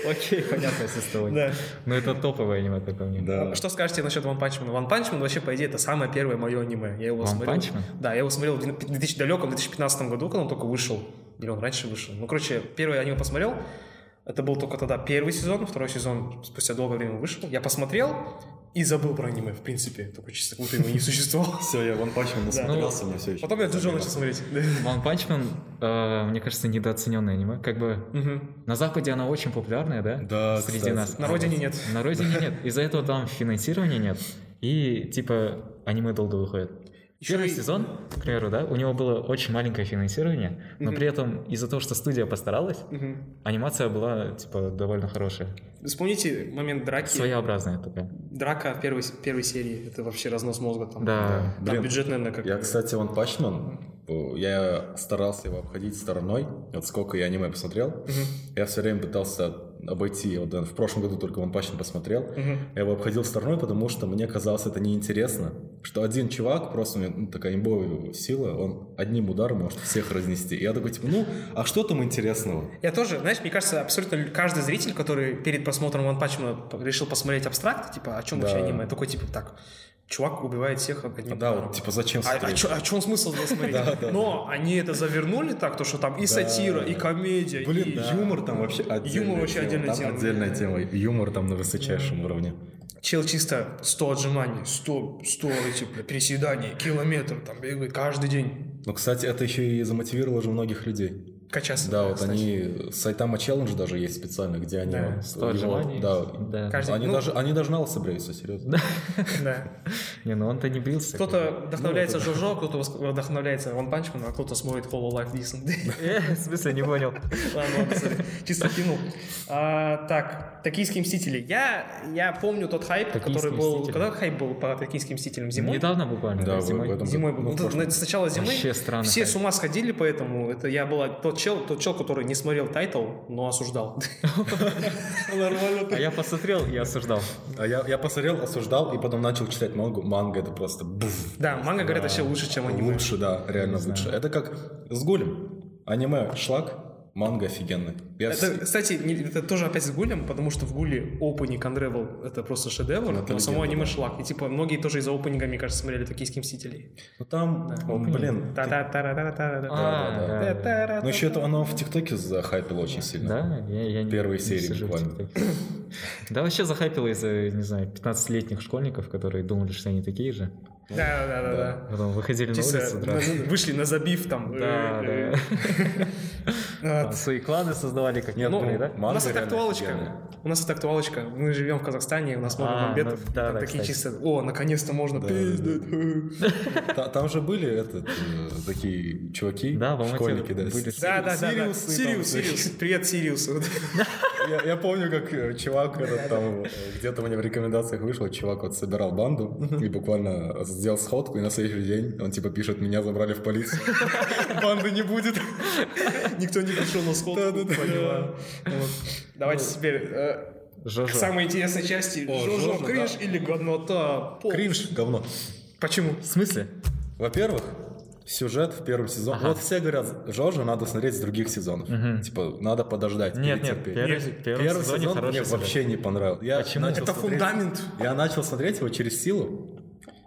Speaker 3: Окей, понятно все с тобой.
Speaker 1: Да.
Speaker 3: Ну это топовое аниме, как по мне.
Speaker 2: Да.
Speaker 1: А Что скажете насчет One Punch Man? One Punch Man вообще, по идее, это самое первое мое аниме. Я его
Speaker 3: One
Speaker 1: смотрел.
Speaker 3: Punch Man?
Speaker 1: Да, я его смотрел в 2000 далеком 2015 году, когда он только вышел. Или он раньше вышел. Ну, короче, первое аниме посмотрел. Это был только тогда первый сезон, второй сезон спустя долгое время вышел. Я посмотрел и забыл про аниме, в принципе. Только чисто как будто его и не
Speaker 2: [LAUGHS]
Speaker 1: существовало.
Speaker 2: Все, я One Punch Man насмотрелся,
Speaker 3: Ну,
Speaker 2: мне все еще.
Speaker 1: Потом я Джоджо начал смотреть. Да.
Speaker 3: One Punch Man, э, мне кажется, недооцененное аниме. Как бы
Speaker 1: Мгм.
Speaker 3: на Западе она очень популярная, да?
Speaker 2: Да,
Speaker 3: Среди
Speaker 2: кстати.
Speaker 3: нас.
Speaker 1: На родине нет.
Speaker 3: На родине нет. Из-за этого там финансирования нет. И типа аниме долго выходит.
Speaker 1: Ещё
Speaker 3: Первый
Speaker 1: и-
Speaker 3: сезон, к примеру, да, у него было очень маленькое финансирование, но
Speaker 1: Мгм.
Speaker 3: при этом из-за того, что студия постаралась,
Speaker 1: Мгм.
Speaker 3: анимация была типа довольно хорошая.
Speaker 1: Вспомните момент драки.
Speaker 3: Своеобразная такая.
Speaker 1: Драка в первой, первой серии. Это вообще разнос мозга. Там,
Speaker 3: Да.
Speaker 1: там
Speaker 2: Блин,
Speaker 1: бюджет, наверное, как
Speaker 2: Я, кстати, One Punch Man, э, я старался его обходить стороной. Вот сколько я аниме посмотрел.
Speaker 1: Мгм.
Speaker 2: Я все время пытался обойти. Вот, да, в прошлом году только One Punch Man посмотрел.
Speaker 1: Мгм.
Speaker 2: Я его обходил стороной, потому что мне казалось это неинтересно, что один чувак, просто у него ну, такая имбовая сила, он одним ударом может всех разнести. И я такой, типа, ну, а что там интересного?
Speaker 1: Я тоже, знаешь, мне кажется, абсолютно лю- каждый зритель, который перед просмотром One Punch Man п- решил посмотреть абстракт, типа, о чем вообще
Speaker 2: Да.
Speaker 1: аниме, такой, типа, так, чувак убивает всех
Speaker 2: А
Speaker 1: одним
Speaker 2: да,
Speaker 1: ударом.
Speaker 2: вот, типа, зачем
Speaker 1: Ну А, а
Speaker 2: смотреть?
Speaker 1: чё- а чё он смысл было
Speaker 2: [LAUGHS] Да,
Speaker 1: смотреть?
Speaker 2: да.
Speaker 1: Но они это завернули так, то что там и
Speaker 2: Да.
Speaker 1: сатира, и комедия,
Speaker 2: Блин,
Speaker 1: и
Speaker 2: юмор там вообще отдельная
Speaker 1: Юмор вообще
Speaker 2: тема,
Speaker 1: отдельная
Speaker 2: там
Speaker 1: тема.
Speaker 2: отдельная тема. Юмор там на высочайшем уровне.
Speaker 1: Чел чисто 100 отжиманий, 100, 100 эти, бля, переседаний, километр там бегает каждый день.
Speaker 2: Ну, кстати, это еще и замотивировало же многих людей.
Speaker 1: Качаться.
Speaker 2: Да, вот
Speaker 1: кстати.
Speaker 2: они... Сайтама Челлендж даже есть специально, где они...
Speaker 1: Да,
Speaker 2: вот
Speaker 3: Сто
Speaker 2: его-
Speaker 3: отжиманий.
Speaker 2: Да.
Speaker 3: Да.
Speaker 1: Каждый-
Speaker 2: Они,
Speaker 1: ну,
Speaker 2: даже, они даже на лысо бреются, серьезно.
Speaker 1: [LAUGHS] да.
Speaker 3: Не, ну он-то не брился.
Speaker 1: Кто-то вдохновляется
Speaker 2: Ну,
Speaker 1: Жожо, кто-то воск- вдохновляется One Punch Man, а кто-то смотрит Hollow Life Disney.
Speaker 3: [LAUGHS]
Speaker 1: [LAUGHS]
Speaker 3: Э, в смысле, не понял.
Speaker 1: Ладно, ладно, сори. Чисто кинул. А, так, «Токийские мстители». Я, я помню тот хайп,
Speaker 3: «Токийские
Speaker 1: который был...
Speaker 3: мстители».
Speaker 1: Когда хайп был по «Токийским мстителям»? Зимой?
Speaker 3: Недавно буквально.
Speaker 2: Да,
Speaker 3: да,
Speaker 2: в-
Speaker 3: зимой.
Speaker 2: в этом
Speaker 1: Зимой был.
Speaker 2: Ну,
Speaker 1: Ну,
Speaker 2: в
Speaker 1: это-
Speaker 2: прошлом.
Speaker 1: это сначала зимы.
Speaker 3: Вообще странно.
Speaker 1: Все с ума сходили, поэтому это я была тот чел, тот чел, который не смотрел тайтл, но осуждал. [LAUGHS] Нормально.
Speaker 3: А я посмотрел и осуждал.
Speaker 2: А я, я посмотрел, осуждал, и потом начал читать мангу. Манга это просто... бф.
Speaker 1: Да, манга, говорят, вообще лучше, чем аниме.
Speaker 2: Лучше, да, реально
Speaker 3: знаю.
Speaker 2: лучше. Это как с Гулем. Аниме шлак, манга офигенный. Я
Speaker 1: Это,
Speaker 2: вс-
Speaker 1: кстати, не- это тоже опять с Гулем, потому что в Гуле опенинг Unravel это просто шедевр,
Speaker 2: Ну, это
Speaker 1: но само
Speaker 2: легенда,
Speaker 1: аниме
Speaker 2: да.
Speaker 1: шлак. И типа многие тоже из-за опенинга, мне кажется, смотрели «Токийские мстители».
Speaker 2: Ну там, ну, блин...
Speaker 1: Та-та-та-та-та-та-та.
Speaker 2: да, да.
Speaker 3: А, да.
Speaker 2: Ну еще это оно в ТикТоке захайпило очень сильно.
Speaker 3: Да, я, я не-
Speaker 2: Первые
Speaker 3: не
Speaker 2: серии
Speaker 3: сижу в
Speaker 2: буквально.
Speaker 3: ТикТоке. Да, вообще захайпило из-за, не знаю, 15-летних школьников, которые думали, что они такие же.
Speaker 1: Да, да, да, да.
Speaker 3: Потом выходили на
Speaker 1: Чисто
Speaker 3: улицу, дрались.
Speaker 1: на- вышли на забив там. Э,
Speaker 3: Да, да.
Speaker 1: э, [LAUGHS]
Speaker 3: Там
Speaker 1: вот.
Speaker 3: свои кланы создавали, как
Speaker 2: Нет,
Speaker 3: некоторые,
Speaker 2: ну,
Speaker 3: да?
Speaker 1: У
Speaker 2: манга
Speaker 1: нас это
Speaker 2: реально
Speaker 1: актуалочка.
Speaker 2: офигенная.
Speaker 1: У нас это актуалочка. Мы живем в Казахстане, у нас много
Speaker 3: А,
Speaker 1: мамбетов.
Speaker 3: ну,
Speaker 1: и
Speaker 3: да,
Speaker 1: там
Speaker 3: да,
Speaker 1: такие
Speaker 3: кстати.
Speaker 1: чисто, о, наконец-то можно
Speaker 2: Да, да, да.
Speaker 1: пиздать. э».
Speaker 2: Та- Там же были этот, э, такие чуваки,
Speaker 3: Да, по-моему,
Speaker 2: школьники, да.
Speaker 3: были.
Speaker 2: с-
Speaker 1: Да, да, да, да.
Speaker 2: Сириусы там,
Speaker 1: Сириус,
Speaker 2: да.
Speaker 1: Сириус. Привет, Сириус. Вот.
Speaker 2: Я, я помню, как э, чувак этот там э, где-то у меня в рекомендациях вышел, чувак вот собирал банду и буквально сделал сходку, и на следующий день он типа пишет, меня забрали в полицию. Банды не будет.
Speaker 1: Никто не пришел на сходку.
Speaker 2: Да-да-да.
Speaker 1: понимаю. Вот. Давайте теперь э, к
Speaker 3: Жожо.
Speaker 1: самой интересной части.
Speaker 2: О,
Speaker 1: Жожо,
Speaker 2: Жожо,
Speaker 1: кринж или годнота? Пол.
Speaker 2: Кринж, говно.
Speaker 1: Почему?
Speaker 3: В смысле?
Speaker 2: Во-первых, сюжет в первом сезоне. Вот все говорят, Жожа надо смотреть с других сезонов.
Speaker 3: Мгм.
Speaker 2: Типа, надо подождать.
Speaker 3: Нет, нет,
Speaker 2: перетерпеть.
Speaker 3: первый, первый
Speaker 2: Первый
Speaker 3: сезон
Speaker 2: сезон мне
Speaker 3: хороший сюжет.
Speaker 2: вообще не понравился. Я
Speaker 3: Почему?
Speaker 2: начал
Speaker 1: Это
Speaker 2: смотреть-
Speaker 1: фундамент.
Speaker 2: Я начал смотреть его через силу.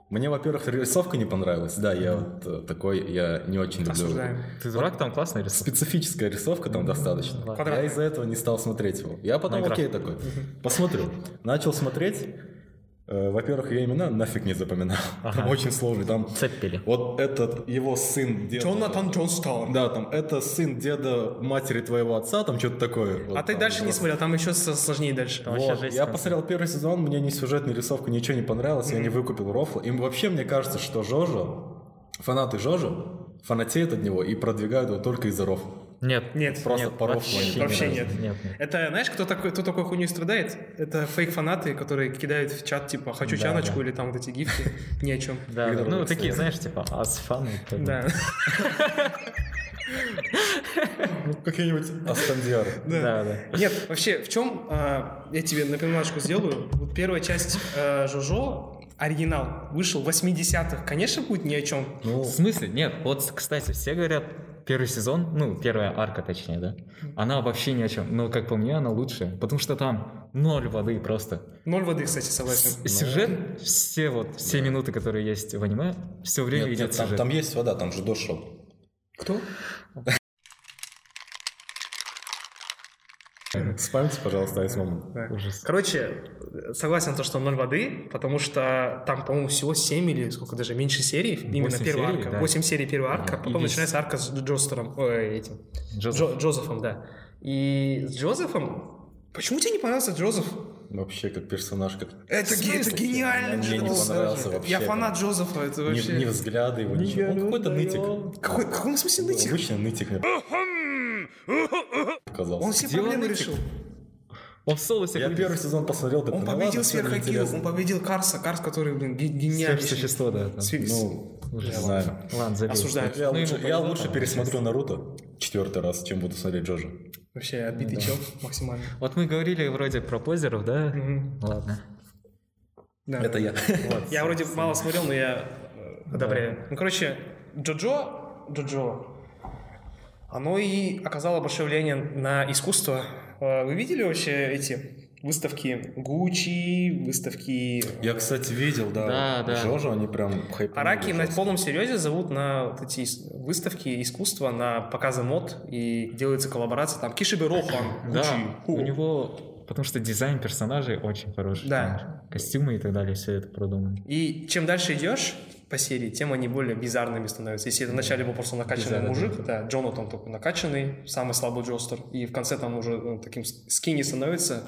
Speaker 2: Мне, во-первых, рисовка не понравилась. Да, я вот э, такой, я не очень люблю.
Speaker 1: Осуждаем.
Speaker 3: Ты дурак, там классно рисует.
Speaker 2: Специфическая рисовка там достаточно.
Speaker 3: Ладно.
Speaker 2: Я из-за этого не стал смотреть его. Я потом,
Speaker 3: Майнкрафт.
Speaker 2: окей, такой, посмотрю. Начал смотреть. Э, Во-первых, я имена нафиг не запоминал. [LAUGHS] Там
Speaker 3: Ага.
Speaker 2: очень сложный. Там
Speaker 3: Цепь пили.
Speaker 2: вот этот его сын деда.
Speaker 1: Джонатан Джонстаун.
Speaker 2: Да, там это сын деда матери твоего отца, там что-то такое. Вот
Speaker 1: А ты
Speaker 2: там
Speaker 1: дальше не
Speaker 2: просто.
Speaker 1: смотрел, там еще со- сложнее дальше.
Speaker 3: Там вообще
Speaker 2: Вот,
Speaker 3: жесть
Speaker 2: я
Speaker 3: какая-то.
Speaker 2: посмотрел первый сезон, мне ни сюжет, ни рисовка, ничего не понравилось, я не выкупил рофла. И вообще мне кажется, что Жожо, фанаты Жожо, фанатеют от него и продвигают его только из-за рофла.
Speaker 3: Нет.
Speaker 1: Нет,
Speaker 2: Просто по рофлу
Speaker 3: вообще,
Speaker 2: они
Speaker 3: ни
Speaker 1: вообще
Speaker 3: разу.
Speaker 1: нет.
Speaker 3: Нет, нет.
Speaker 1: Это, знаешь, кто такой, кто такой хуйней страдает? Это фейк-фанаты, которые кидают в чат, типа, хочу
Speaker 3: Да,
Speaker 1: чаночку
Speaker 3: да.
Speaker 1: или там вот эти гифки. Ни о чем.
Speaker 3: Да,
Speaker 2: Игнорирую,
Speaker 3: ну такие,
Speaker 2: кстати.
Speaker 3: знаешь, типа асфаны. как бы.
Speaker 1: Да.
Speaker 2: Какие-нибудь астандиары.
Speaker 3: Да, да.
Speaker 1: Нет, вообще, в чем я тебе напоминашку сделаю? Вот первая часть э, Жожо, оригинал, вышел в 80-х. Конечно, будет ни о чем.
Speaker 2: Ну,
Speaker 3: В смысле? Нет, вот, кстати, все говорят, первый сезон, ну, первая арка, точнее, да, она вообще ни о чем. Но, как по мне, она лучшая, потому что там ноль воды просто.
Speaker 1: Ноль воды, кстати, согласен.
Speaker 3: С- Сюжет, все вот, все минуты, которые есть в аниме, все время
Speaker 2: Нет,
Speaker 3: идет
Speaker 2: нет, там,
Speaker 3: сюжет.
Speaker 2: там есть вода, там же дождь шел.
Speaker 1: Кто?
Speaker 2: Спамьте, пожалуйста, Ice Moment.
Speaker 1: Ну, Да.
Speaker 3: Ужас.
Speaker 1: Короче, согласен то, что ноль воды, потому что там, по-моему, всего 7 или сколько даже, меньше серий, именно
Speaker 3: Восемь
Speaker 1: первая
Speaker 3: серий,
Speaker 1: арка.
Speaker 3: да.
Speaker 1: 8 серий первая арка,
Speaker 3: И
Speaker 1: потом
Speaker 3: весь-
Speaker 1: начинается арка с Джостером, ой, этим,
Speaker 3: Джозеф.
Speaker 1: Джо- Джозефом, да. И с Джозефом, почему тебе не понравился Джозеф?
Speaker 2: Вообще, как персонаж, как...
Speaker 1: Это,
Speaker 2: В
Speaker 1: ге- это
Speaker 2: смысле?
Speaker 1: гениально,
Speaker 2: Мне не
Speaker 1: Джозеф.
Speaker 2: понравился вообще.
Speaker 1: Я фанат Джозефа, это
Speaker 2: Ни,
Speaker 1: вообще...
Speaker 2: ни взгляда его, ничего. Он какой-то нытик.
Speaker 1: Какой, в каком смысле нытик? А!
Speaker 2: Обычный нытик мне показался.
Speaker 1: Он все
Speaker 3: Где он
Speaker 1: проблемы
Speaker 3: нытик?
Speaker 1: решил.
Speaker 3: Он в солосе.
Speaker 2: Я
Speaker 3: как-
Speaker 2: первый сезон посмотрел, «Ну да
Speaker 1: Он
Speaker 2: поняла,
Speaker 1: победил
Speaker 2: зачем мне
Speaker 1: сверхакилу,
Speaker 2: интересно?
Speaker 1: он победил Карса, Карс, который, блин, ге- гениальный.
Speaker 3: Сверхсущество, да. там.
Speaker 2: Ну, не
Speaker 3: Ужас.
Speaker 2: знаю.
Speaker 3: Ладно, забей.
Speaker 1: Осуждаю.
Speaker 2: Я
Speaker 3: Ну, ему
Speaker 2: лучше, я
Speaker 3: повезло,
Speaker 2: лучше
Speaker 3: там,
Speaker 2: пересмотрю Наруто четвертый раз, чем буду смотреть Джоджо.
Speaker 1: Вообще, отбитый чел максимально.
Speaker 3: Вот мы говорили вроде про позеров, да?
Speaker 1: Мгм.
Speaker 3: Ладно.
Speaker 1: Да.
Speaker 2: Это я.
Speaker 1: Я вроде мало смотрел, но я э, одобряю. Ну, короче, Джоджо, Джоджо, оно и оказало воодушевление на искусство. Э, Вы видели вообще эти выставки Гуччи, выставки...
Speaker 2: Я, кстати, видел, да.
Speaker 3: Да, да.
Speaker 2: Джоджо, они прям хайпанули
Speaker 1: Араки на
Speaker 2: жестко.
Speaker 1: полном серьезе зовут на вот эти ис- выставки искусства, на показы мод, и делается коллаборация. Там Кишибе Рохан,
Speaker 3: Да,
Speaker 1: Гуччи.
Speaker 3: у него... Потому что дизайн персонажей очень хороший.
Speaker 1: Да.
Speaker 3: конечно. Костюмы и так далее, все это продумано.
Speaker 1: И чем дальше идешь по серии, тем они более бизарными становятся. Если это вначале был просто накачанный
Speaker 3: Бизарно,
Speaker 1: мужик, да, Джонатан такой накачанный, самый слабый Джостер, и в конце там уже он таким скини становится,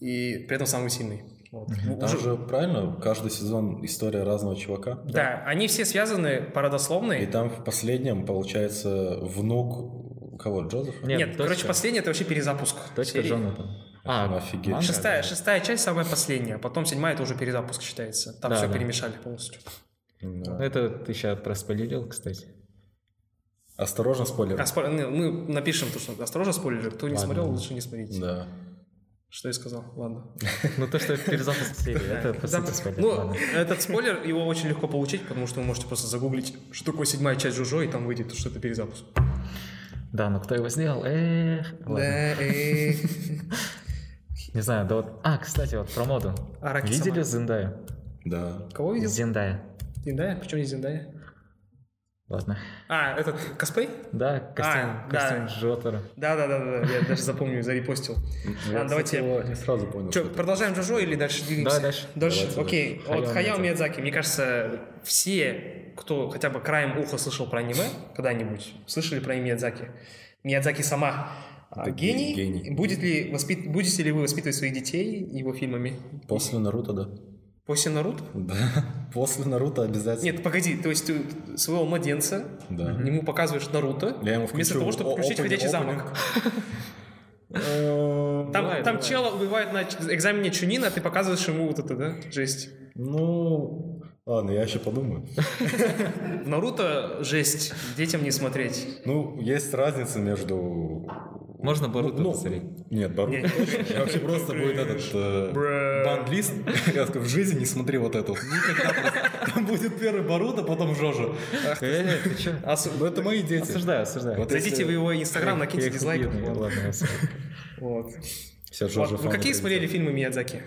Speaker 1: и при этом самый сильный. Вот. Ну,
Speaker 2: Там
Speaker 1: Уже-
Speaker 2: же, правильно, каждый сезон история разного чувака.
Speaker 1: Да, они все связаны
Speaker 2: И
Speaker 1: парадословные.
Speaker 2: там в последнем, получается, внук кого, Джозефа?
Speaker 1: Нет,
Speaker 3: точка.
Speaker 1: короче, последний это вообще перезапуск.
Speaker 3: Точка
Speaker 1: серии.
Speaker 3: Джонатан. А,
Speaker 2: Ну, офигеть.
Speaker 3: манга,
Speaker 1: Шестая,
Speaker 3: да.
Speaker 1: шестая часть самая последняя, потом седьмая это уже перезапуск считается. Там
Speaker 3: Да,
Speaker 1: все
Speaker 3: да.
Speaker 1: перемешали полностью.
Speaker 2: Да.
Speaker 3: Ну, Это ты сейчас проспойлерил, кстати.
Speaker 2: Осторожно, спойлер.
Speaker 1: А спо- ну, мы напишем то, что осторожно спойлеры. Кто не
Speaker 3: Ладно.
Speaker 1: смотрел, лучше не смотрите.
Speaker 2: Да.
Speaker 1: Что я сказал? Ладно.
Speaker 3: Ну, то, что
Speaker 1: [LAUGHS]
Speaker 3: это перезапуск серии, это, по сути, спойлер.
Speaker 1: Ну,
Speaker 3: Ладно.
Speaker 1: этот спойлер, его очень легко получить, потому что вы можете просто загуглить, что такое седьмая часть Жужо, и там выйдет, что это перезапуск.
Speaker 3: Да, но кто его сделал? Эх, ладно.
Speaker 1: э,
Speaker 3: Не знаю, да вот... А, кстати, вот про моду.
Speaker 1: Араки
Speaker 3: Видели
Speaker 1: сама.
Speaker 3: Зендаю?
Speaker 2: Да.
Speaker 1: А Кого видел?
Speaker 3: Зендая.
Speaker 1: Зиндая? Почему не Зиндая?
Speaker 3: Ладно.
Speaker 1: А, этот косплей?
Speaker 3: Да, костюм,
Speaker 1: А, да.
Speaker 3: костюм Джотера.
Speaker 1: Да-да-да, я даже запомню, зарепостил.
Speaker 2: Я,
Speaker 1: Ладно, давайте...
Speaker 2: кстати, его не сразу
Speaker 1: Чё,
Speaker 2: понял. Ну что это.
Speaker 1: продолжаем Джужо или дальше двигаемся?
Speaker 3: Да, дальше.
Speaker 1: Дальше,
Speaker 2: Давайте,
Speaker 1: окей.
Speaker 3: да.
Speaker 1: Вот
Speaker 3: Хаяо
Speaker 1: Хаяо
Speaker 3: Миядзаки.
Speaker 1: Миядзаки, мне кажется, все, кто хотя бы краем уха слышал про аниме когда-нибудь, слышали про Миядзаки. Миядзаки сама а,
Speaker 2: Это
Speaker 1: гений.
Speaker 2: гений.
Speaker 1: Будет ли воспит... Будете ли вы воспитывать своих детей его фильмами?
Speaker 2: После Наруто, да.
Speaker 1: После Наруто?
Speaker 2: Да. [LAUGHS] После Наруто обязательно.
Speaker 1: Нет, погоди, то есть ты своего младенца,
Speaker 2: Да.
Speaker 1: ему показываешь Наруто,
Speaker 2: Я ему
Speaker 1: вместо
Speaker 2: включу
Speaker 1: того, чтобы
Speaker 2: о-
Speaker 1: включить
Speaker 2: опенинг,
Speaker 1: «Ходячий замок».
Speaker 2: Эм,
Speaker 1: Там,
Speaker 3: Бывает,
Speaker 1: там
Speaker 3: бывает.
Speaker 1: чела убивает на ч- экзамене Чунина, а ты показываешь ему вот это, да, жесть.
Speaker 2: Ну, ладно, я еще подумаю.
Speaker 1: В Наруто жесть, детям не смотреть.
Speaker 2: Ну, есть разница между...
Speaker 3: Можно Боруто
Speaker 2: Ну,
Speaker 3: посмотреть?
Speaker 2: Нет, Боруто точно. Я Вообще просто будет этот
Speaker 1: Бра.
Speaker 2: э, бандлист. Я скажу, в жизни не смотри вот эту. Никогда просто. Там будет первый Боруто, потом Жожа.
Speaker 3: Э, ты чё?
Speaker 2: Ну, это мои дети.
Speaker 3: Осуждаю, осуждаю.
Speaker 2: Вот
Speaker 1: Зайдите
Speaker 2: если-
Speaker 1: в его инстаграм, накиньте
Speaker 3: Я их
Speaker 1: дизлайк.
Speaker 3: убью, ну, э, ладно, я осуждаю.
Speaker 1: Вот.
Speaker 2: Все ну
Speaker 1: Вот, Вы какие смотрели фильмы Миядзаки?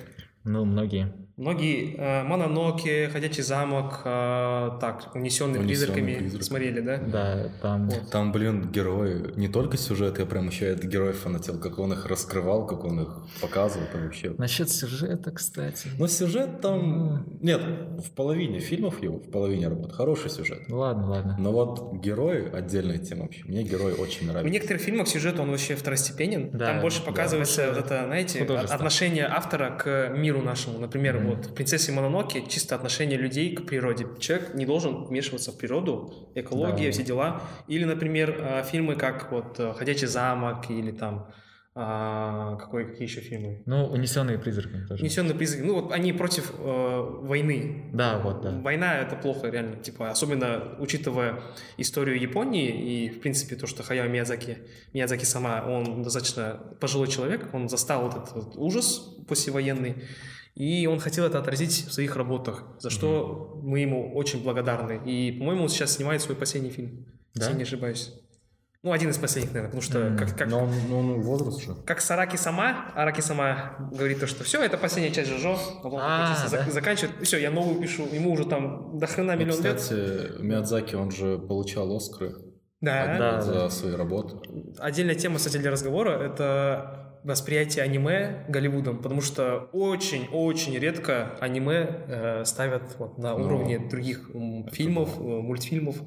Speaker 3: Ну, многие.
Speaker 1: Многие э, Мононоки, Ходячий замок, э, так, унесенный
Speaker 2: «Унесённый
Speaker 1: призраками
Speaker 2: призраками».
Speaker 1: смотрели, да?
Speaker 3: Да, там...
Speaker 2: Там, блин, герои, не только сюжет, я прям еще от героев фанател, как он их раскрывал, как он их показывал, там вообще.
Speaker 3: Насчет сюжета, кстати.
Speaker 1: Ну,
Speaker 2: Но сюжет там... Нет, в половине фильмов его, в половине работ, хороший сюжет.
Speaker 3: Ладно, ладно.
Speaker 2: Но вот герои отдельная тема вообще. Мне герои очень
Speaker 1: В
Speaker 2: нравятся.
Speaker 1: некоторых фильмах сюжет, он вообще второстепенен.
Speaker 3: Да,
Speaker 1: Там больше
Speaker 3: да.
Speaker 1: показывается вот это, знаете,
Speaker 3: Художество.
Speaker 1: отношение автора к миру нашему. Например,
Speaker 3: Мгм.
Speaker 1: вот в «Принцессе Мононоке» чисто отношение людей к природе. Человек не должен вмешиваться в природу, экология,
Speaker 3: Да.
Speaker 1: все дела. Или, например, э, фильмы как вот э, «Ходячий замок» или там а, какой, какие еще фильмы?
Speaker 3: Ну, унесенные призраками тоже.
Speaker 1: «Унесенный призрак». Ну вот они против э, войны.
Speaker 3: Да, вот, да.
Speaker 1: Война это плохо, реально, типа, особенно учитывая историю Японии и, в принципе, то, что Хаяо Миядзаки, Миядзаки сама, он достаточно пожилой человек, он застал вот этот вот ужас послевоенный, и он хотел это отразить в своих работах, за что мы ему очень благодарны. И, по-моему, он сейчас снимает свой последний фильм,
Speaker 3: Да?
Speaker 1: если я не ошибаюсь. Ну, один из последних, наверное, потому что
Speaker 3: М,
Speaker 1: как, как,
Speaker 2: Но он, но он возраст же.
Speaker 1: как Сараки сама, Араки сама говорит то, что все, это последняя часть Жожо,
Speaker 3: А, да.
Speaker 1: заканчивает, все, я новую пишу, ему уже там до хрена
Speaker 2: Ну,
Speaker 1: А, миллион лет.
Speaker 2: кстати, Миядзаки, он же получал Оскары
Speaker 1: Да.
Speaker 3: Да,
Speaker 2: за
Speaker 3: да.
Speaker 2: свои работы.
Speaker 1: Отдельная тема, кстати, для разговора — это восприятие аниме Голливудом, потому что очень-очень редко аниме э, ставят вот на
Speaker 2: Ну,
Speaker 1: уровне других м,
Speaker 2: это
Speaker 1: фильмов, э, мультфильмов.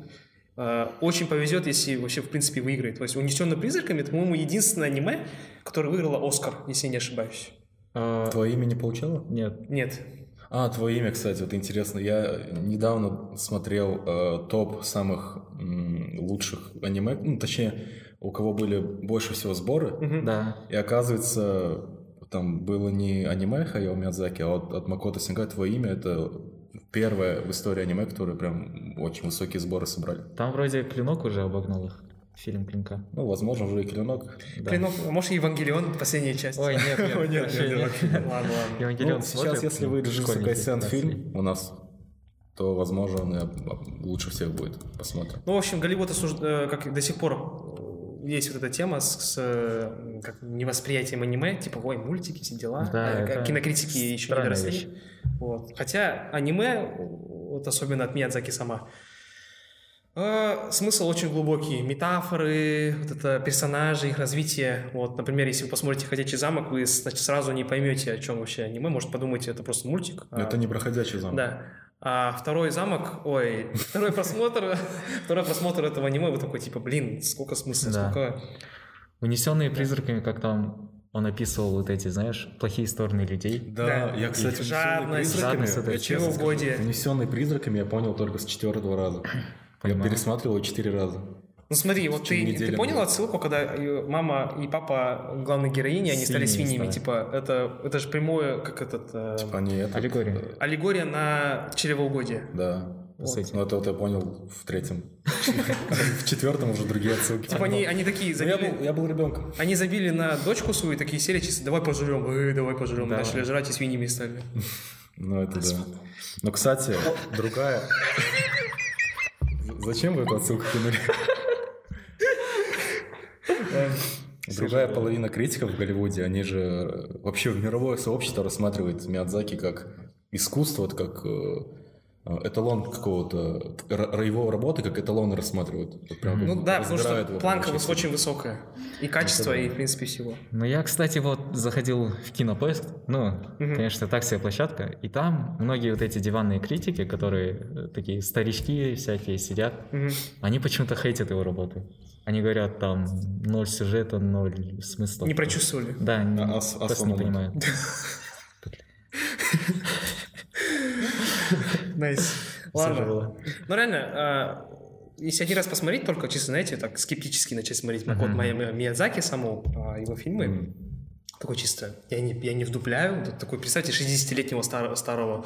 Speaker 1: Э, очень повезет, если вообще, в принципе, выиграет. То есть «Унесенный призраками» — это, по-моему, единственное аниме, которое выиграло «Оскар», если я не ошибаюсь.
Speaker 3: А,
Speaker 2: Твое имя не получало?
Speaker 3: Нет,
Speaker 1: Нет.
Speaker 2: А, твое имя, кстати, вот интересно. Я недавно смотрел э, топ самых м, лучших аниме, ну, точнее, у кого были больше всего сборы.
Speaker 1: Мгм.
Speaker 3: да.
Speaker 2: И оказывается, там было не аниме Хаяо Миядзаки, а вот от Макото Синга твое имя это первое в истории аниме, которое прям очень высокие сборы собрали.
Speaker 3: Там вроде Клинок уже обогнал их. Фильм Клинка.
Speaker 2: Ну, возможно, уже и Клинок.
Speaker 3: Да.
Speaker 1: Клинок, а может, «Евангелион», последняя часть? [LAUGHS]
Speaker 3: Ой, нет, нет,
Speaker 1: Ой, нет,
Speaker 3: вообще
Speaker 1: нет,
Speaker 3: нет.
Speaker 1: Ладно, ладно.
Speaker 3: [LAUGHS] Евангелион
Speaker 2: Ну, сейчас,
Speaker 3: смотрят,
Speaker 2: если
Speaker 3: ну,
Speaker 2: выйдет
Speaker 3: школьники,
Speaker 2: Кайсен
Speaker 3: да,
Speaker 2: фильм у нас, то, возможно, он и об- лучше всех будет. Посмотрим.
Speaker 1: Ну, в общем, Голливуд осужд- э, как и до сих пор э, есть вот эта тема с, с, э, как невосприятием аниме, типа, ой, мультики, все дела,
Speaker 3: Да,
Speaker 1: А,
Speaker 3: это
Speaker 1: кинокритики еще не
Speaker 3: странная
Speaker 1: доросли.
Speaker 3: вещь.
Speaker 1: Вот. Хотя аниме, вот особенно от Миядзаки сама, э, смысл очень глубокий. Метафоры, вот это персонажи, их развитие. Вот, например, если вы посмотрите «Ходячий замок», вы значит, сразу не поймете, о чем вообще аниме. Может, подумаете, это просто мультик. а
Speaker 2: Это не проходящий замок.
Speaker 1: да. А второй замок, ой, второй просмотр, [LAUGHS] второй просмотр этого аниме, вы такой, типа, блин, сколько смысла,
Speaker 3: Да.
Speaker 1: сколько...
Speaker 3: Унесенные призраками, как там он описывал вот эти, знаешь, плохие стороны людей.
Speaker 2: Да,
Speaker 1: Да.
Speaker 2: я, кстати,
Speaker 1: И жадность,
Speaker 3: жадность это
Speaker 1: чревоугодие.
Speaker 2: Унесенный призраками я понял только с четвертого раза. Я
Speaker 3: Понимаю.
Speaker 2: пересматривал его четыре раза.
Speaker 1: Ну смотри, вот
Speaker 2: Через
Speaker 1: ты,
Speaker 2: неделю
Speaker 1: ты понял
Speaker 2: было.
Speaker 1: отсылку, когда её мама и папа главной героини, они стали свиньями,
Speaker 3: Свиньями стали.
Speaker 1: типа, это, это же прямое, как этот... э,
Speaker 2: Типа они это...
Speaker 3: Аллегория.
Speaker 2: э,
Speaker 1: Аллегория на чревоугодие.
Speaker 2: Да.
Speaker 3: По сути.
Speaker 2: Ну это вот я понял в [LAUGHS] третьем. В четвертом уже другие отсылки.
Speaker 1: Типа они, они такие
Speaker 2: Ну, я был-
Speaker 1: забили...
Speaker 2: я был ребенком.
Speaker 1: Они забили на дочку свою такие серии, чисто, давай пожрем, э, давай пожрем,
Speaker 3: Давай.
Speaker 1: начали жрать и свиньями стали.
Speaker 2: Ну, это да. Но, кстати, другая... З- Зачем вы эту отсылку кинули? Эм, Другая половина критиков в Голливуде, они же э, вообще в мировое сообщество рассматривает Миядзаки как искусство, вот как э, э, эталон какого-то, к- ра- его работы как эталоны рассматривают. Вот прям
Speaker 1: Ну да, потому
Speaker 2: разбирают
Speaker 1: что
Speaker 2: его
Speaker 1: планка
Speaker 2: очень
Speaker 1: выс- очень высокая. И качество, и в принципе всего.
Speaker 3: Ну, я, кстати, вот заходил в кинопоиск, ну,
Speaker 1: Мгм.
Speaker 3: конечно, так себе площадка, и там многие вот эти диванные критики, которые э, такие старички всякие сидят,
Speaker 1: Мгм.
Speaker 3: они почему-то хейтят его работы. Они говорят, там, ноль сюжета, ноль смысла.
Speaker 1: Не прочувствовали.
Speaker 3: Да, не-
Speaker 2: А- ас-
Speaker 3: просто не
Speaker 2: асламовый.
Speaker 3: понимают. [LAUGHS]
Speaker 1: Найс.
Speaker 3: Всё же
Speaker 1: Ладно.
Speaker 3: было.
Speaker 1: Ну реально, а, если один раз посмотреть, только чисто, знаете, так скептически начать смотреть Макот
Speaker 3: Мгм.
Speaker 1: Мая- Миядзаки самого, а, его фильмы,
Speaker 2: Мгм.
Speaker 1: такой чисто, я не, я не вдупляю, Тут такой, представьте, 60-летнего стар- старого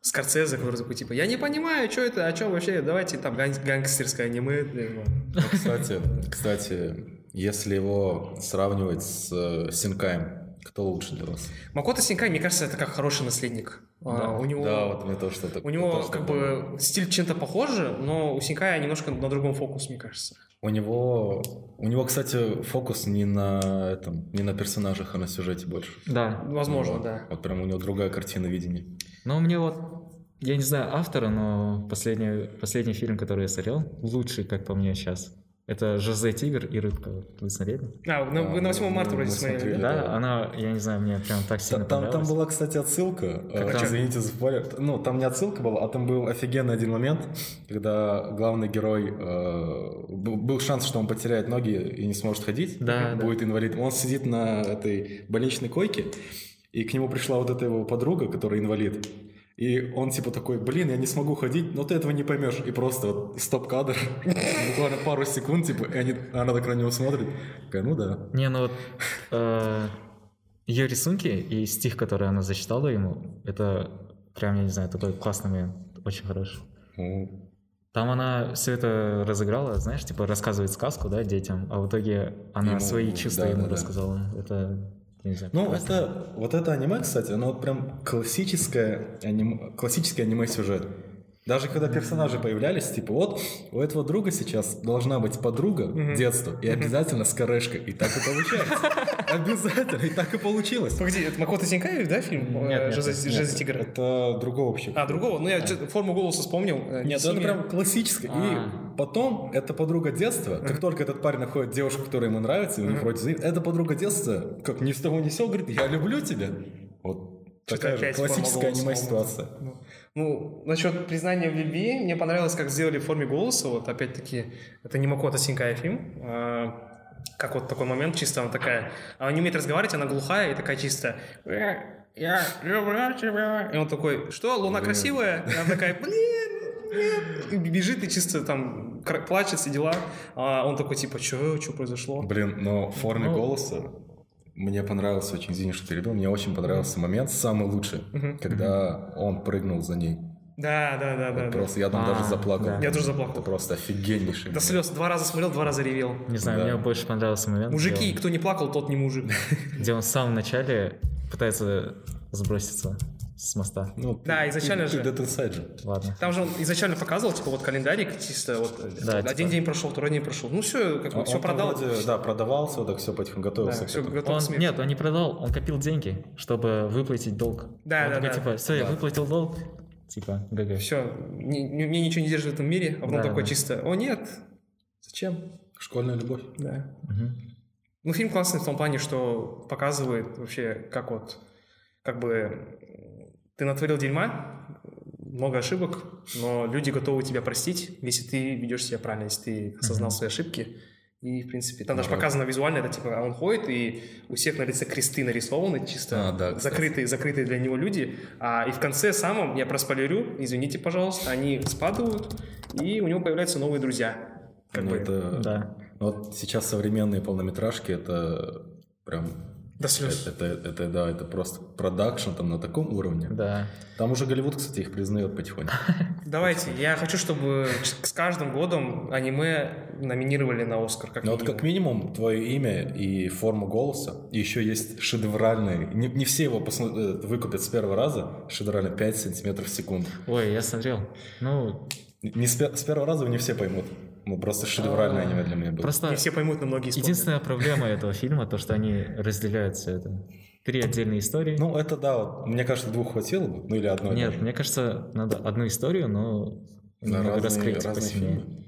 Speaker 1: Скорцезе, который такой, типа, я не понимаю, что это, о чем вообще, давайте там ган- гангстерское аниме.
Speaker 2: Ну, Кстати, кстати, если его сравнивать с э, Синкаем, кто лучше для вас?
Speaker 1: Макото Синкай, мне кажется, это как хороший наследник. А,
Speaker 3: Да.
Speaker 1: у него
Speaker 2: Да, вот мне тоже что так.
Speaker 1: У него
Speaker 2: тоже
Speaker 1: как
Speaker 2: так было.
Speaker 1: бы стиль чем-то похожи, но у Синкая немножко на другом фокус, мне кажется.
Speaker 2: У него, у него, кстати, фокус не на этом, не на персонажах, а на сюжете больше.
Speaker 3: Да,
Speaker 1: Возможно,
Speaker 2: Вот.
Speaker 1: да.
Speaker 2: Вот прям у него другая картина видения.
Speaker 3: Но Ну, мне вот, я не знаю автора, но последний, последний фильм, который я смотрел, лучший, как по мне, сейчас. Это «Жозе Тигр и рыбка». Вот Вы смотрели?
Speaker 1: А, ну, вы на восьмом
Speaker 2: ну,
Speaker 1: марта
Speaker 2: мы
Speaker 1: вроде смотрели.
Speaker 2: смотрели.
Speaker 1: да?
Speaker 3: Да,
Speaker 2: да.
Speaker 3: она, я не знаю, мне прям
Speaker 2: Та-
Speaker 3: так сильно
Speaker 2: Там, там
Speaker 3: понравилась.
Speaker 2: была, кстати, отсылка. Э,
Speaker 1: Как?
Speaker 2: Извините за спойлер. Ну, там не отсылка была, а там был офигенный один момент, когда главный герой... э, был, был шанс, что он потеряет ноги и не сможет ходить.
Speaker 3: Да, да.
Speaker 2: будет инвалидом. Он сидит на этой больничной койке, и к нему пришла вот эта его подруга, которая инвалид. И он типа такой, блин, я не смогу ходить, но ты этого не поймешь. И просто вот стоп-кадр, [LAUGHS] буквально пару секунд, типа, и они- она так на него смотрит. Такая, ну да.
Speaker 3: Не, ну вот э, ее рисунки и стих, который она зачитала ему, это прям, я не знаю, такой классный момент, очень хороший.
Speaker 2: Ну,
Speaker 3: Там она все это разыграла, знаешь, типа рассказывает сказку, да, детям, а в итоге она
Speaker 2: Ему-
Speaker 3: свои чувства
Speaker 2: да,
Speaker 3: ему
Speaker 2: да, да.
Speaker 3: рассказала. Это, я не знаю.
Speaker 2: Ну,
Speaker 3: классно.
Speaker 2: это, вот это аниме, кстати, оно вот прям классическое аним- классический аниме-сюжет. Даже когда персонажи появлялись, типа, вот у этого друга сейчас должна быть подруга
Speaker 1: Мгм.
Speaker 2: детства, и обязательно с корешкой. И так и получается.
Speaker 1: [LAUGHS]
Speaker 2: Обязательно, и так и получилось.
Speaker 1: Погоди, это Макото Синкай, да, фильм?
Speaker 3: Нет,
Speaker 1: Э,
Speaker 3: нет,
Speaker 1: «Жозе-
Speaker 2: Нет,
Speaker 1: Жозе Тигр».
Speaker 2: Это другого вообще.
Speaker 1: А, другого? Ну, я чё-то форму голоса вспомнил. э,
Speaker 2: Нет, ну, это
Speaker 1: Нисуми.
Speaker 2: прям классическое.
Speaker 3: А.
Speaker 2: И потом эта подруга детства, как только этот парень находит девушку, которая ему нравится, и он не против, нее, эта подруга детства, как ни с того ни с сего, говорит, я люблю тебя. Вот
Speaker 1: Чё-то
Speaker 2: такая же
Speaker 1: опять форма
Speaker 2: классическая
Speaker 1: голоса.
Speaker 2: аниме-ситуация.
Speaker 1: Ну, Ну, насчет признания в любви, мне понравилось, как сделали в форме голоса, вот опять-таки, это не Макото Синкай фильм, а, как вот такой момент, чисто она такая, она не умеет разговаривать, она глухая и такая чисто, «Э, я люблю тебя, и он такой, что, луна красивая? И она такая, блин, нет». и бежит и чисто там кр- плачет, все дела, а он такой типа, что, что произошло?
Speaker 2: Блин, но в форме
Speaker 3: Ну.
Speaker 2: голоса мне понравился очень, извини, что перебил, мне очень понравился момент, самый лучший,
Speaker 1: Мгм.
Speaker 2: когда он прыгнул за ней.
Speaker 1: Да, да, да,
Speaker 2: Вот
Speaker 1: да. да.
Speaker 2: Просто я там
Speaker 3: А,
Speaker 2: даже заплакал.
Speaker 3: да.
Speaker 1: Я тоже заплакал.
Speaker 2: Это просто офигеннейший.
Speaker 1: До
Speaker 2: момент.
Speaker 1: слез, два раза смотрел, два раза ревел.
Speaker 3: Не знаю,
Speaker 2: да.
Speaker 3: мне больше понравился момент.
Speaker 1: Мужики,
Speaker 3: где
Speaker 1: кто не плакал, тот не мужик.
Speaker 3: он, где он в самом начале пытается сброситься с моста.
Speaker 2: Ну, ты-
Speaker 1: Да, изначально
Speaker 2: ты-
Speaker 1: же.
Speaker 2: Ты Dead Inside же.
Speaker 3: Ладно.
Speaker 1: Там же он изначально показывал, типа, вот календарик, чисто вот э,
Speaker 3: Да,
Speaker 1: один
Speaker 3: типа. А
Speaker 1: день прошел, второй день прошел. Ну все, как бы,
Speaker 2: Он
Speaker 1: все
Speaker 2: там
Speaker 1: продал.
Speaker 2: вроде, да, продавался, вот так все потихоньку готовился.
Speaker 1: Да,
Speaker 2: к
Speaker 1: всё,
Speaker 2: этому.
Speaker 1: готов
Speaker 3: Он,
Speaker 1: к смерти.
Speaker 3: нет, он не продал, он копил деньги, чтобы выплатить долг.
Speaker 1: Да,
Speaker 3: Он
Speaker 1: да,
Speaker 3: такой,
Speaker 1: да.
Speaker 3: типа, все, я выплатил долг. Типа, ГГ.
Speaker 1: Все, мне ничего не держит в этом мире, а потом
Speaker 3: Да,
Speaker 1: такой
Speaker 3: да.
Speaker 1: чисто, о нет, зачем?
Speaker 2: Школьная любовь.
Speaker 1: Да.
Speaker 3: Мгм.
Speaker 1: Ну, фильм классный в том плане, что показывает вообще, как вот, как бы, м, ты натворил дерьма, много ошибок, но люди готовы тебя простить, если ты ведешь себя правильно, если ты осознал
Speaker 3: Мгм.
Speaker 1: свои ошибки. И, в принципе, там даже
Speaker 2: Да.
Speaker 1: показано визуально, это типа, а он ходит, и у всех на лице кресты нарисованы, чисто
Speaker 2: А, да, кстати.
Speaker 1: закрытые, закрытые для него люди. А, и в конце самом, я проспойлерю, извините, пожалуйста, они спадают, и у него появляются новые друзья. Как
Speaker 2: Ну,
Speaker 1: бы
Speaker 2: это- ну,
Speaker 3: Да.
Speaker 2: Вот сейчас современные полнометражки, это прям... э,
Speaker 1: до слез.
Speaker 2: Это, это, это, да, это просто продакшн там на таком уровне.
Speaker 3: Да.
Speaker 2: Там уже Голливуд, кстати, их признает потихоньку.
Speaker 1: Давайте, я хочу, чтобы ч- с каждым годом аниме номинировали на Оскар. Как
Speaker 2: Ну вот
Speaker 1: минимум.
Speaker 2: как минимум твое имя и форму голоса, и еще есть шедевральный, не, не все его посмотр- э, выкупят с первого раза, шедеврально 5 сантиметров в секунду.
Speaker 3: Ой, я смотрел. Ну,
Speaker 2: Не с, пе- с первого раза не все поймут. Ну просто шедевральное
Speaker 3: А,
Speaker 2: аниме для меня было.
Speaker 3: просто
Speaker 1: Не все поймут, но многие исполнят.
Speaker 3: единственная проблема этого фильма, то, что они разделяют все это. Три отдельные истории.
Speaker 2: Ну это да, вот, мне кажется, двух хватило бы, ну или одной.
Speaker 3: Нет,
Speaker 2: даже.
Speaker 3: мне кажется, надо одну историю, но
Speaker 2: На
Speaker 3: немного
Speaker 2: разные-
Speaker 3: раскрыть
Speaker 2: разные
Speaker 3: посильнее.
Speaker 2: фильмы.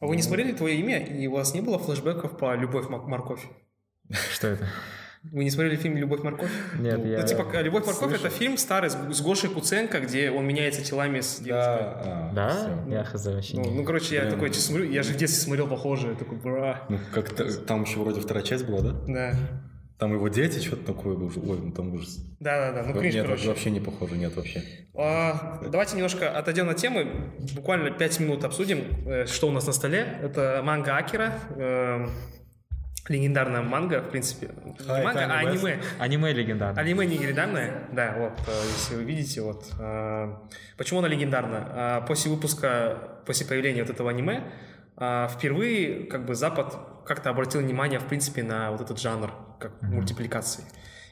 Speaker 1: А вы не смотрели твое имя, и у вас не было флешбеков по Любовь Мак- Морковь?
Speaker 2: [LAUGHS]
Speaker 3: Что это?
Speaker 1: Вы не смотрели фильм Любовь Морковь?
Speaker 3: Нет, я...
Speaker 1: ну, типа, э, Любовь Морковь
Speaker 2: слышал.
Speaker 1: это фильм старый с, с Гошей Куценко, где он меняется телами с девушкой.
Speaker 2: Да, а,
Speaker 3: Да?
Speaker 2: всё.
Speaker 3: Я хз вообще.
Speaker 1: Ну,
Speaker 3: не-
Speaker 1: ну, короче, я
Speaker 2: Блин.
Speaker 1: такой чё смотрю, я же в детстве смотрел похожее, такой, бра.
Speaker 2: Ну как-то там еще вроде вторая часть была, да?
Speaker 1: Да.
Speaker 2: Там его дети, что-то такое уже. Ой, ну там ужас.
Speaker 1: Да, да, да. Ну, кринж,
Speaker 2: нет,
Speaker 1: короче.
Speaker 2: вообще не похоже, нет вообще.
Speaker 1: А, Давайте немножко отойдем от темы, буквально 5 минут обсудим, э, что у нас на столе. Это манга Акера, эм, легендарная манга, в принципе.
Speaker 2: Хай,
Speaker 1: Не манга, а
Speaker 2: Kanye West.
Speaker 1: аниме.
Speaker 3: Аниме легендарное.
Speaker 1: Аниме не легендарное, да, вот, э, если вы видите, вот. э, Почему она легендарна? А, После выпуска, после появления вот этого аниме, а, впервые как бы Запад как-то обратил внимание, в принципе, на вот этот жанр, как
Speaker 3: Мгм.
Speaker 1: мультипликации.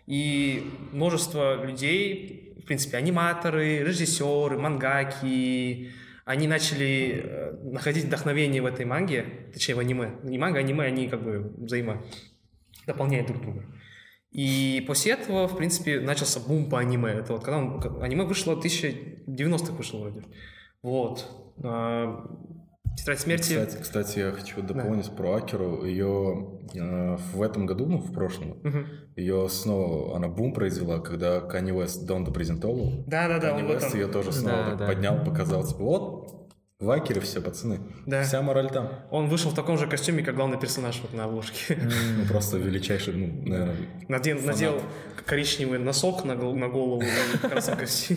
Speaker 1: И множество людей, в принципе, аниматоры, режиссеры, мангаки, они начали э, находить вдохновение в этой манге, точнее в аниме. Не манга, а аниме, они как бы взаимо дополняют друг друга. И после этого, в принципе, начался бум по аниме. Это вот когда он- аниме вышло, 1090-х вышло вроде. Вот. А, Тетрадь смерти...
Speaker 2: Кстати, кстати, я хочу дополнить про Акеру. Ее э, в этом году, ну, в прошлом,
Speaker 1: Мгм.
Speaker 2: ее снова, она бум произвела, когда Kanye West Дон презентовал.
Speaker 1: Да-да-да, он
Speaker 2: Kanye
Speaker 1: в
Speaker 2: West
Speaker 1: этом.
Speaker 2: ее тоже снова
Speaker 3: Да,
Speaker 2: так
Speaker 3: да.
Speaker 2: поднял, показал, типа, вот, в Акере все, пацаны.
Speaker 1: Да.
Speaker 2: Вся мораль там.
Speaker 1: Он вышел в таком же костюме, как главный персонаж вот на обложке. [LAUGHS]
Speaker 2: Ну, просто величайший, ну, наверное,
Speaker 1: Надел,
Speaker 2: Фанат.
Speaker 1: надел коричневый носок на, гол- на голову и красный костюм.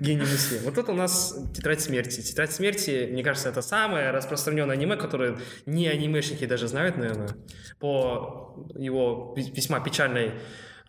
Speaker 1: Гений мысли. Вот это у нас «Тетрадь смерти». «Тетрадь смерти», мне кажется, это самое распространенное аниме, которое не анимешники даже знают, наверное, по его ве- весьма печальной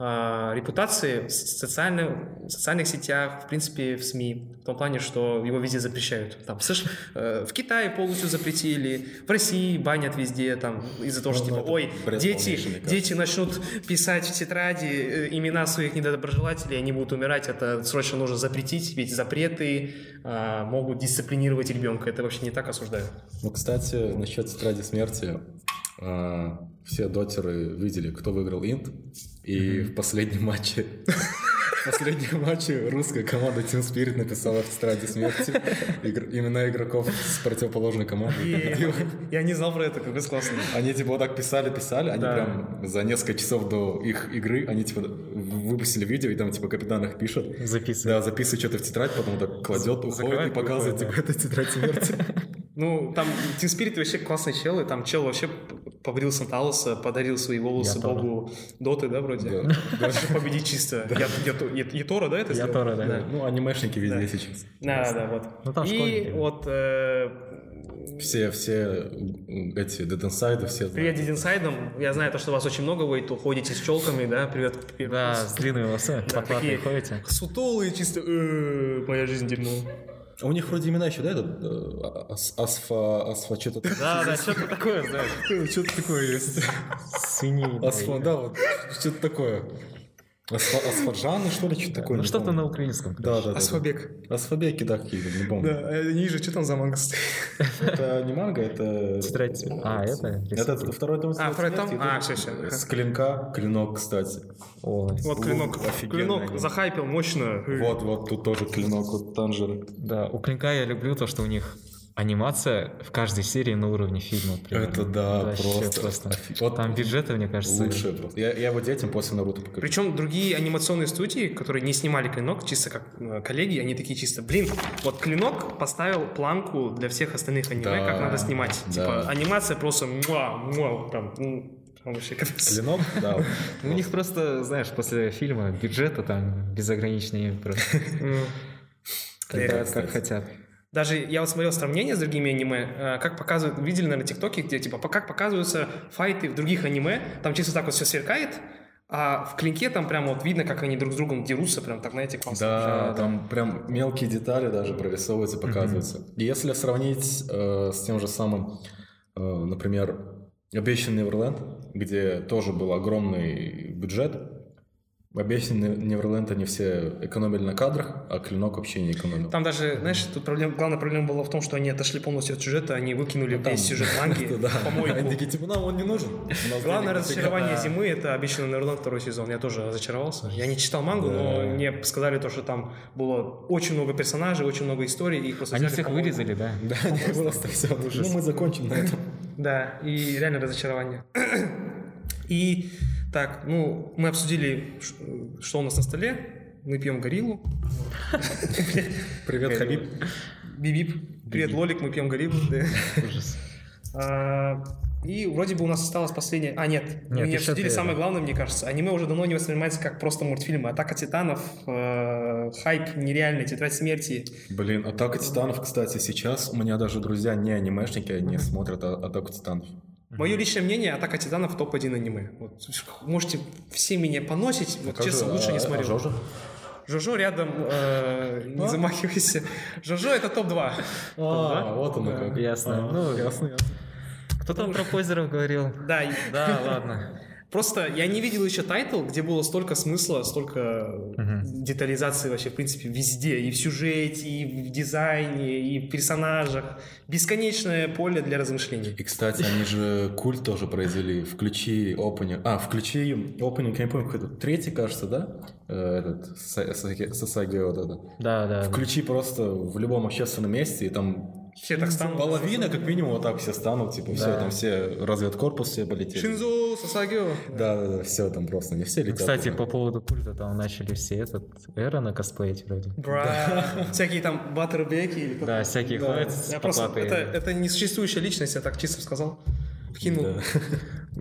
Speaker 1: а, репутации в с- социальном- в социальных сетях, в принципе, в СМИ. В том плане, что его везде запрещают. Там, слышь, э, в Китае полностью запретили, в России банят везде, там, из-за того,
Speaker 2: Ну,
Speaker 1: что,
Speaker 2: ну,
Speaker 1: типа,
Speaker 2: это
Speaker 1: ой,
Speaker 2: бред
Speaker 1: дети,
Speaker 2: полнейший, мне кажется.
Speaker 1: дети начнут писать в тетради э, имена своих недоброжелателей, они будут умирать, это срочно нужно запретить, ведь запреты а, могут дисциплинировать ребенка, это вообще не так осуждаю.
Speaker 2: Ну, кстати, насчет тетради смерти. э, Все дотеры видели, кто выиграл Инт. И в последнем матче... В последнем матче русская команда Team Spirit написала в тетради смерти игр- имена игроков с противоположной команды.
Speaker 1: [LAUGHS] Я не знал про это, как классно.
Speaker 2: Они типа вот так писали, писали, они
Speaker 1: Да.
Speaker 2: прям за несколько часов до их игры, они типа выпустили видео, и там типа капитан их пишет. Да,
Speaker 3: Записывай.
Speaker 2: записывает что-то в тетрадь, потом так кладет, уходит
Speaker 3: Закрывает,
Speaker 2: и показывает,
Speaker 3: уходит,
Speaker 2: типа, это тетрадь
Speaker 3: [LAUGHS]
Speaker 2: смерти.
Speaker 1: Ну, там Team Spirit вообще классный чел, и там чел вообще побрил Санталоса, подарил свои волосы
Speaker 3: Я Тора.
Speaker 1: богу Доты, да, вроде?
Speaker 2: Да.
Speaker 1: Дальше победить чисто. Я- я То- я- я Тора, да, это
Speaker 3: Я
Speaker 1: сделал?
Speaker 3: Тора, да.
Speaker 2: Ну, анимешники
Speaker 1: Да.
Speaker 2: везде сейчас.
Speaker 1: Да, да, вот.
Speaker 3: Ну, там
Speaker 1: И
Speaker 3: школьники.
Speaker 1: вот э,
Speaker 2: Все, все м, эти Dead Inside, все знают.
Speaker 1: Привет, Дидинсайдам. Я знаю, то, что вас очень много, вы тут ходите с челками, да? Привет. привет.
Speaker 3: Да, с длинными волосами,
Speaker 1: Да, такие.
Speaker 3: поплатные ходите.
Speaker 1: Сутулые чисто. «Э, Моя жизнь дерьмо.
Speaker 2: А У них вроде имена еще, да, этот э, ас- Асфа, Асфа, что-то
Speaker 3: Да,
Speaker 1: [LAUGHS]
Speaker 3: да, что-то такое, знаешь.
Speaker 2: Что-то такое есть.
Speaker 3: Сыни.
Speaker 2: Асфа, да, вот, что-то такое. Асфа- Асфаджаны, что ли, что-то такое.
Speaker 3: Ну
Speaker 2: не
Speaker 3: что-то
Speaker 2: помню.
Speaker 3: на украинском.
Speaker 2: Да, да, да.
Speaker 1: Асфабек.
Speaker 2: Асфабеки, да, какие-то, не помню.
Speaker 1: Да, э, ниже, что там за манга стоит?
Speaker 3: [LAUGHS]
Speaker 2: Это не манга, это...
Speaker 3: Тетрадь смерти. А, это
Speaker 2: Это
Speaker 3: рисунки.
Speaker 2: второй том.
Speaker 1: А, второй том?
Speaker 2: смерти,
Speaker 1: А,
Speaker 2: это
Speaker 1: всё, всё.
Speaker 2: С клинка, клинок, кстати.
Speaker 3: Ой,
Speaker 1: Вот клинок.
Speaker 2: офигенно.
Speaker 1: Клинок захайпил мощно. Э.
Speaker 2: Вот, вот, тут тоже клинок, вот Танжер.
Speaker 3: Да, у Клинка я люблю то, что у них анимация в каждой серии на уровне фильма. примерно.
Speaker 2: Это да,
Speaker 3: Вообще
Speaker 2: просто офиг- вот
Speaker 3: Там бюджеты, мне кажется,
Speaker 2: Лучшее просто. Я, я его детям после Наруто покажу.
Speaker 1: Причем другие анимационные студии, которые не снимали клинок, чисто как э, коллеги, они такие чисто, блин, вот клинок поставил планку для всех остальных аниме,
Speaker 2: Да,
Speaker 1: как надо снимать.
Speaker 2: да.
Speaker 1: Типа анимация просто муа, муа, там, м, там вообще капец.
Speaker 3: [LAUGHS]
Speaker 2: Клинок? Да. вот.
Speaker 3: Ну, У них просто, знаешь, после фильма бюджета там безограничные
Speaker 2: [LAUGHS]
Speaker 3: просто.
Speaker 1: М.
Speaker 2: Когда-
Speaker 3: Как как хотят.
Speaker 1: Даже я вот смотрел сравнение с другими аниме, э, как показывают, видели, наверное, тиктоки, где типа, по- как показываются файты в других аниме, там чисто так вот все сверкает, а в клинке там прям вот видно, как они друг с другом дерутся, прям так, знаете, классно.
Speaker 2: Да, там прям мелкие детали даже прорисовываются, показываются. И если сравнить э, с тем же самым, э, например, «Обещанный Неверленд», где тоже был огромный бюджет, «Обещанный Неверленд» они все экономили на кадрах, а «Клинок» вообще не экономил.
Speaker 1: Там даже, знаешь, тут проблема, главная проблема была в том, что они отошли полностью от сюжета, они выкинули
Speaker 2: Ну, там-
Speaker 1: весь сюжет манги
Speaker 2: [LAUGHS] Да,
Speaker 1: в
Speaker 2: они
Speaker 1: помойку.
Speaker 2: такие, типа, нам он не нужен. У нас денег
Speaker 1: Главное
Speaker 2: дофига».
Speaker 1: разочарование зимы — это обещанный Неверленд второй сезон. Я тоже разочаровался. Я не читал мангу,
Speaker 2: Да.
Speaker 1: но мне сказали то, что там было очень много персонажей, очень много историй, и их просто
Speaker 3: Они
Speaker 1: взяли в
Speaker 3: всех
Speaker 1: помойку.
Speaker 3: вырезали, да?
Speaker 2: Да, они просто все, ну мы закончим на этом.
Speaker 1: Да, и реально разочарование. И так, ну, мы обсудили, ш- что у нас на столе. Мы пьем гориллу.
Speaker 2: Привет, Хабиб.
Speaker 1: Бибип. Привет, Лолик, мы пьем гориллу. да.
Speaker 3: Ужас.
Speaker 1: А, И вроде бы у нас осталось последнее... А, нет, мы
Speaker 3: Нет,
Speaker 1: не
Speaker 3: еще
Speaker 1: обсудили
Speaker 3: две,
Speaker 1: самое
Speaker 3: да.
Speaker 1: главное, мне кажется. Аниме уже давно не воспринимается как просто мультфильмы. Атака Титанов, э, хайп нереальный, Тетрадь Смерти.
Speaker 2: Блин, Атака Титанов, кстати, сейчас у меня даже друзья не анимешники, они смотрят А- Атаку Титанов.
Speaker 1: Мое личное мнение, Атака Титанов топ-1 аниме. Вот, можете все меня поносить, вот
Speaker 2: Как
Speaker 1: честно,
Speaker 2: же,
Speaker 1: лучше
Speaker 2: а-
Speaker 1: не
Speaker 2: а
Speaker 1: смотрел.
Speaker 2: Жожа?
Speaker 1: Жожо рядом, э, не
Speaker 2: А?
Speaker 1: замахивайся. Жожо это топ-2.
Speaker 2: А, вот оно
Speaker 1: Да.
Speaker 2: как.
Speaker 3: Ясно.
Speaker 2: А,
Speaker 3: Ну,
Speaker 2: ясно, ясно.
Speaker 3: Кто там про Позеров говорил?
Speaker 1: Да, и-
Speaker 3: Да, ладно.
Speaker 1: Просто я не видел еще тайтл, где было столько смысла, столько
Speaker 3: Мгм.
Speaker 1: детализации вообще, в принципе, везде. И в сюжете, и в дизайне, и в персонажах. Бесконечное поле для размышлений.
Speaker 2: И, кстати, они же культ тоже произвели. Включи опенинг. А, включи опенинг, я не помню, какой это. Третий, кажется, да? Э, Этот, Са- Саки- Сасаги вот это.
Speaker 3: Да, да.
Speaker 2: Включи просто в любом общественном месте, и там
Speaker 1: Все так станут.
Speaker 2: половина, как минимум, вот так все станут. Типа, все, там все разведкорпус все полетели.
Speaker 1: Шинзо, Сасагио.
Speaker 2: Да, да, да, все там просто, не все
Speaker 3: Ну,
Speaker 2: летят.
Speaker 3: Кстати,
Speaker 2: уже.
Speaker 3: по поводу культа там начали все этот эра на косплеить вроде.
Speaker 1: Бра. [LAUGHS] Всякие там баттербеки или как
Speaker 3: Да, всякие ходят с
Speaker 1: Я просто,
Speaker 3: попапой.
Speaker 1: это, это несуществующая личность, я так чисто сказал. Вкинул.
Speaker 2: Да.
Speaker 1: [LAUGHS]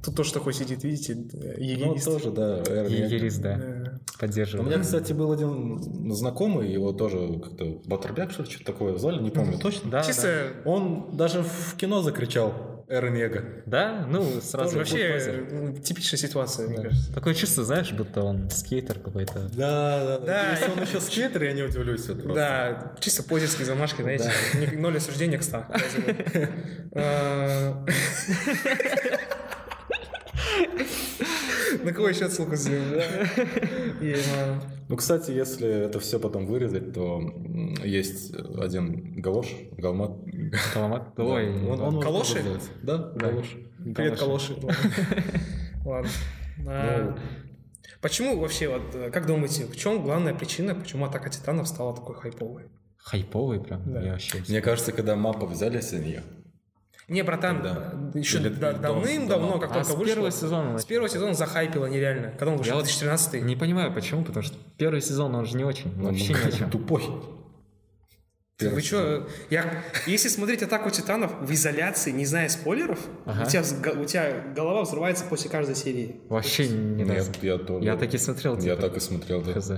Speaker 1: Ну, Тут тоже такой сидит, видите, э,
Speaker 2: Ну,
Speaker 1: егирист.
Speaker 2: тоже, да. Эрни.
Speaker 3: Егерис, да,
Speaker 1: Э,
Speaker 3: поддерживает.
Speaker 2: У меня, кстати, был один знакомый, его тоже как-то Баттербяк, что-то что-то такое звали, не помню точно.
Speaker 3: Да,
Speaker 1: Чисто
Speaker 2: Он даже в кино закричал Эрнега.
Speaker 3: да. Да? ну
Speaker 1: тоже
Speaker 3: сразу
Speaker 1: вообще
Speaker 3: вообще...
Speaker 1: э, типичная ситуация, мне кажется.
Speaker 3: Такое чувство, знаешь, будто он
Speaker 2: [LAUGHS]
Speaker 3: скейтер какой-то.
Speaker 2: Да, да,
Speaker 1: Да,
Speaker 2: Если он еще скейтер, я не удивлюсь. это просто.
Speaker 1: Да, чисто позерские замашки, знаете, ни- ноль осуждения к
Speaker 3: [LAUGHS]
Speaker 1: ста. Э, На кого еще отсылку сделаем,
Speaker 3: [LAUGHS]
Speaker 1: да? И, э,
Speaker 2: Ну, кстати, если это все потом вырезать, то м, есть один галош, галмат.
Speaker 3: Каламат. Ой,
Speaker 2: Да, он- он может
Speaker 1: Калоши?
Speaker 2: это сделать. Да, галош.
Speaker 1: Привет, калоши.
Speaker 4: [LAUGHS]
Speaker 1: Ладно.
Speaker 3: Ну
Speaker 1: А, Почему вообще, вот, э, как думаете, в чем главная причина, почему атака титанов стала такой хайповой?
Speaker 3: Хайповый прям,
Speaker 1: Да.
Speaker 3: я вообще...
Speaker 2: Мне кажется, когда мапа взяли за нее,
Speaker 1: Не, братан,
Speaker 2: Да.
Speaker 1: еще
Speaker 2: Или
Speaker 1: да-
Speaker 2: дом-
Speaker 1: давным-давно, как
Speaker 3: А
Speaker 1: только
Speaker 3: с
Speaker 1: вышло.
Speaker 3: первого сезона
Speaker 1: С первого сезона захайпило нереально. Когда он
Speaker 3: Я
Speaker 1: вышел?
Speaker 3: вот
Speaker 1: 2013
Speaker 3: Не понимаю, почему, потому что первый сезон, он же не очень,
Speaker 2: Ну, он
Speaker 3: вообще не о чем.
Speaker 2: тупой.
Speaker 1: Вы что, я... если смотреть «Атаку титанов» в изоляции, не зная спойлеров,
Speaker 3: Ага.
Speaker 1: у, тебя, взга- у тебя голова взрывается после каждой серии.
Speaker 3: Вообще не раз.
Speaker 2: Нет, Ну, я тоже.
Speaker 3: Я так и смотрел,
Speaker 2: Я
Speaker 3: типа,
Speaker 2: так и смотрел, да.
Speaker 3: хз.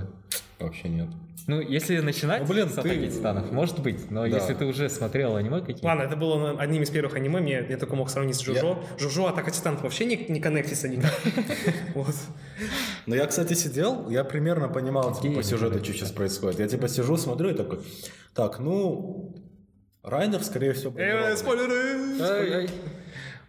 Speaker 2: Вообще нет.
Speaker 3: Ну, если начинать
Speaker 2: Ну, блин,
Speaker 3: с «Атаки
Speaker 2: ты-
Speaker 3: Титанов», может быть, но
Speaker 2: Да.
Speaker 3: если ты уже смотрел аниме какие-то...
Speaker 1: Ладно, это было наверное, одним из первых аниме, мне- я только мог сравнить с Жужо. Жужо, «Атака титанов» вообще не, не коннектится никак. [LAUGHS] Вот.
Speaker 2: Но Ну, я, кстати, сидел, я примерно понимал, типа, по сюжету, что сейчас происходит. Я типа сижу, смотрю и такой, так, ну, Райнер, скорее всего,
Speaker 1: Э,
Speaker 2: бронированный».
Speaker 1: Спойлеры!
Speaker 3: Ай-ай.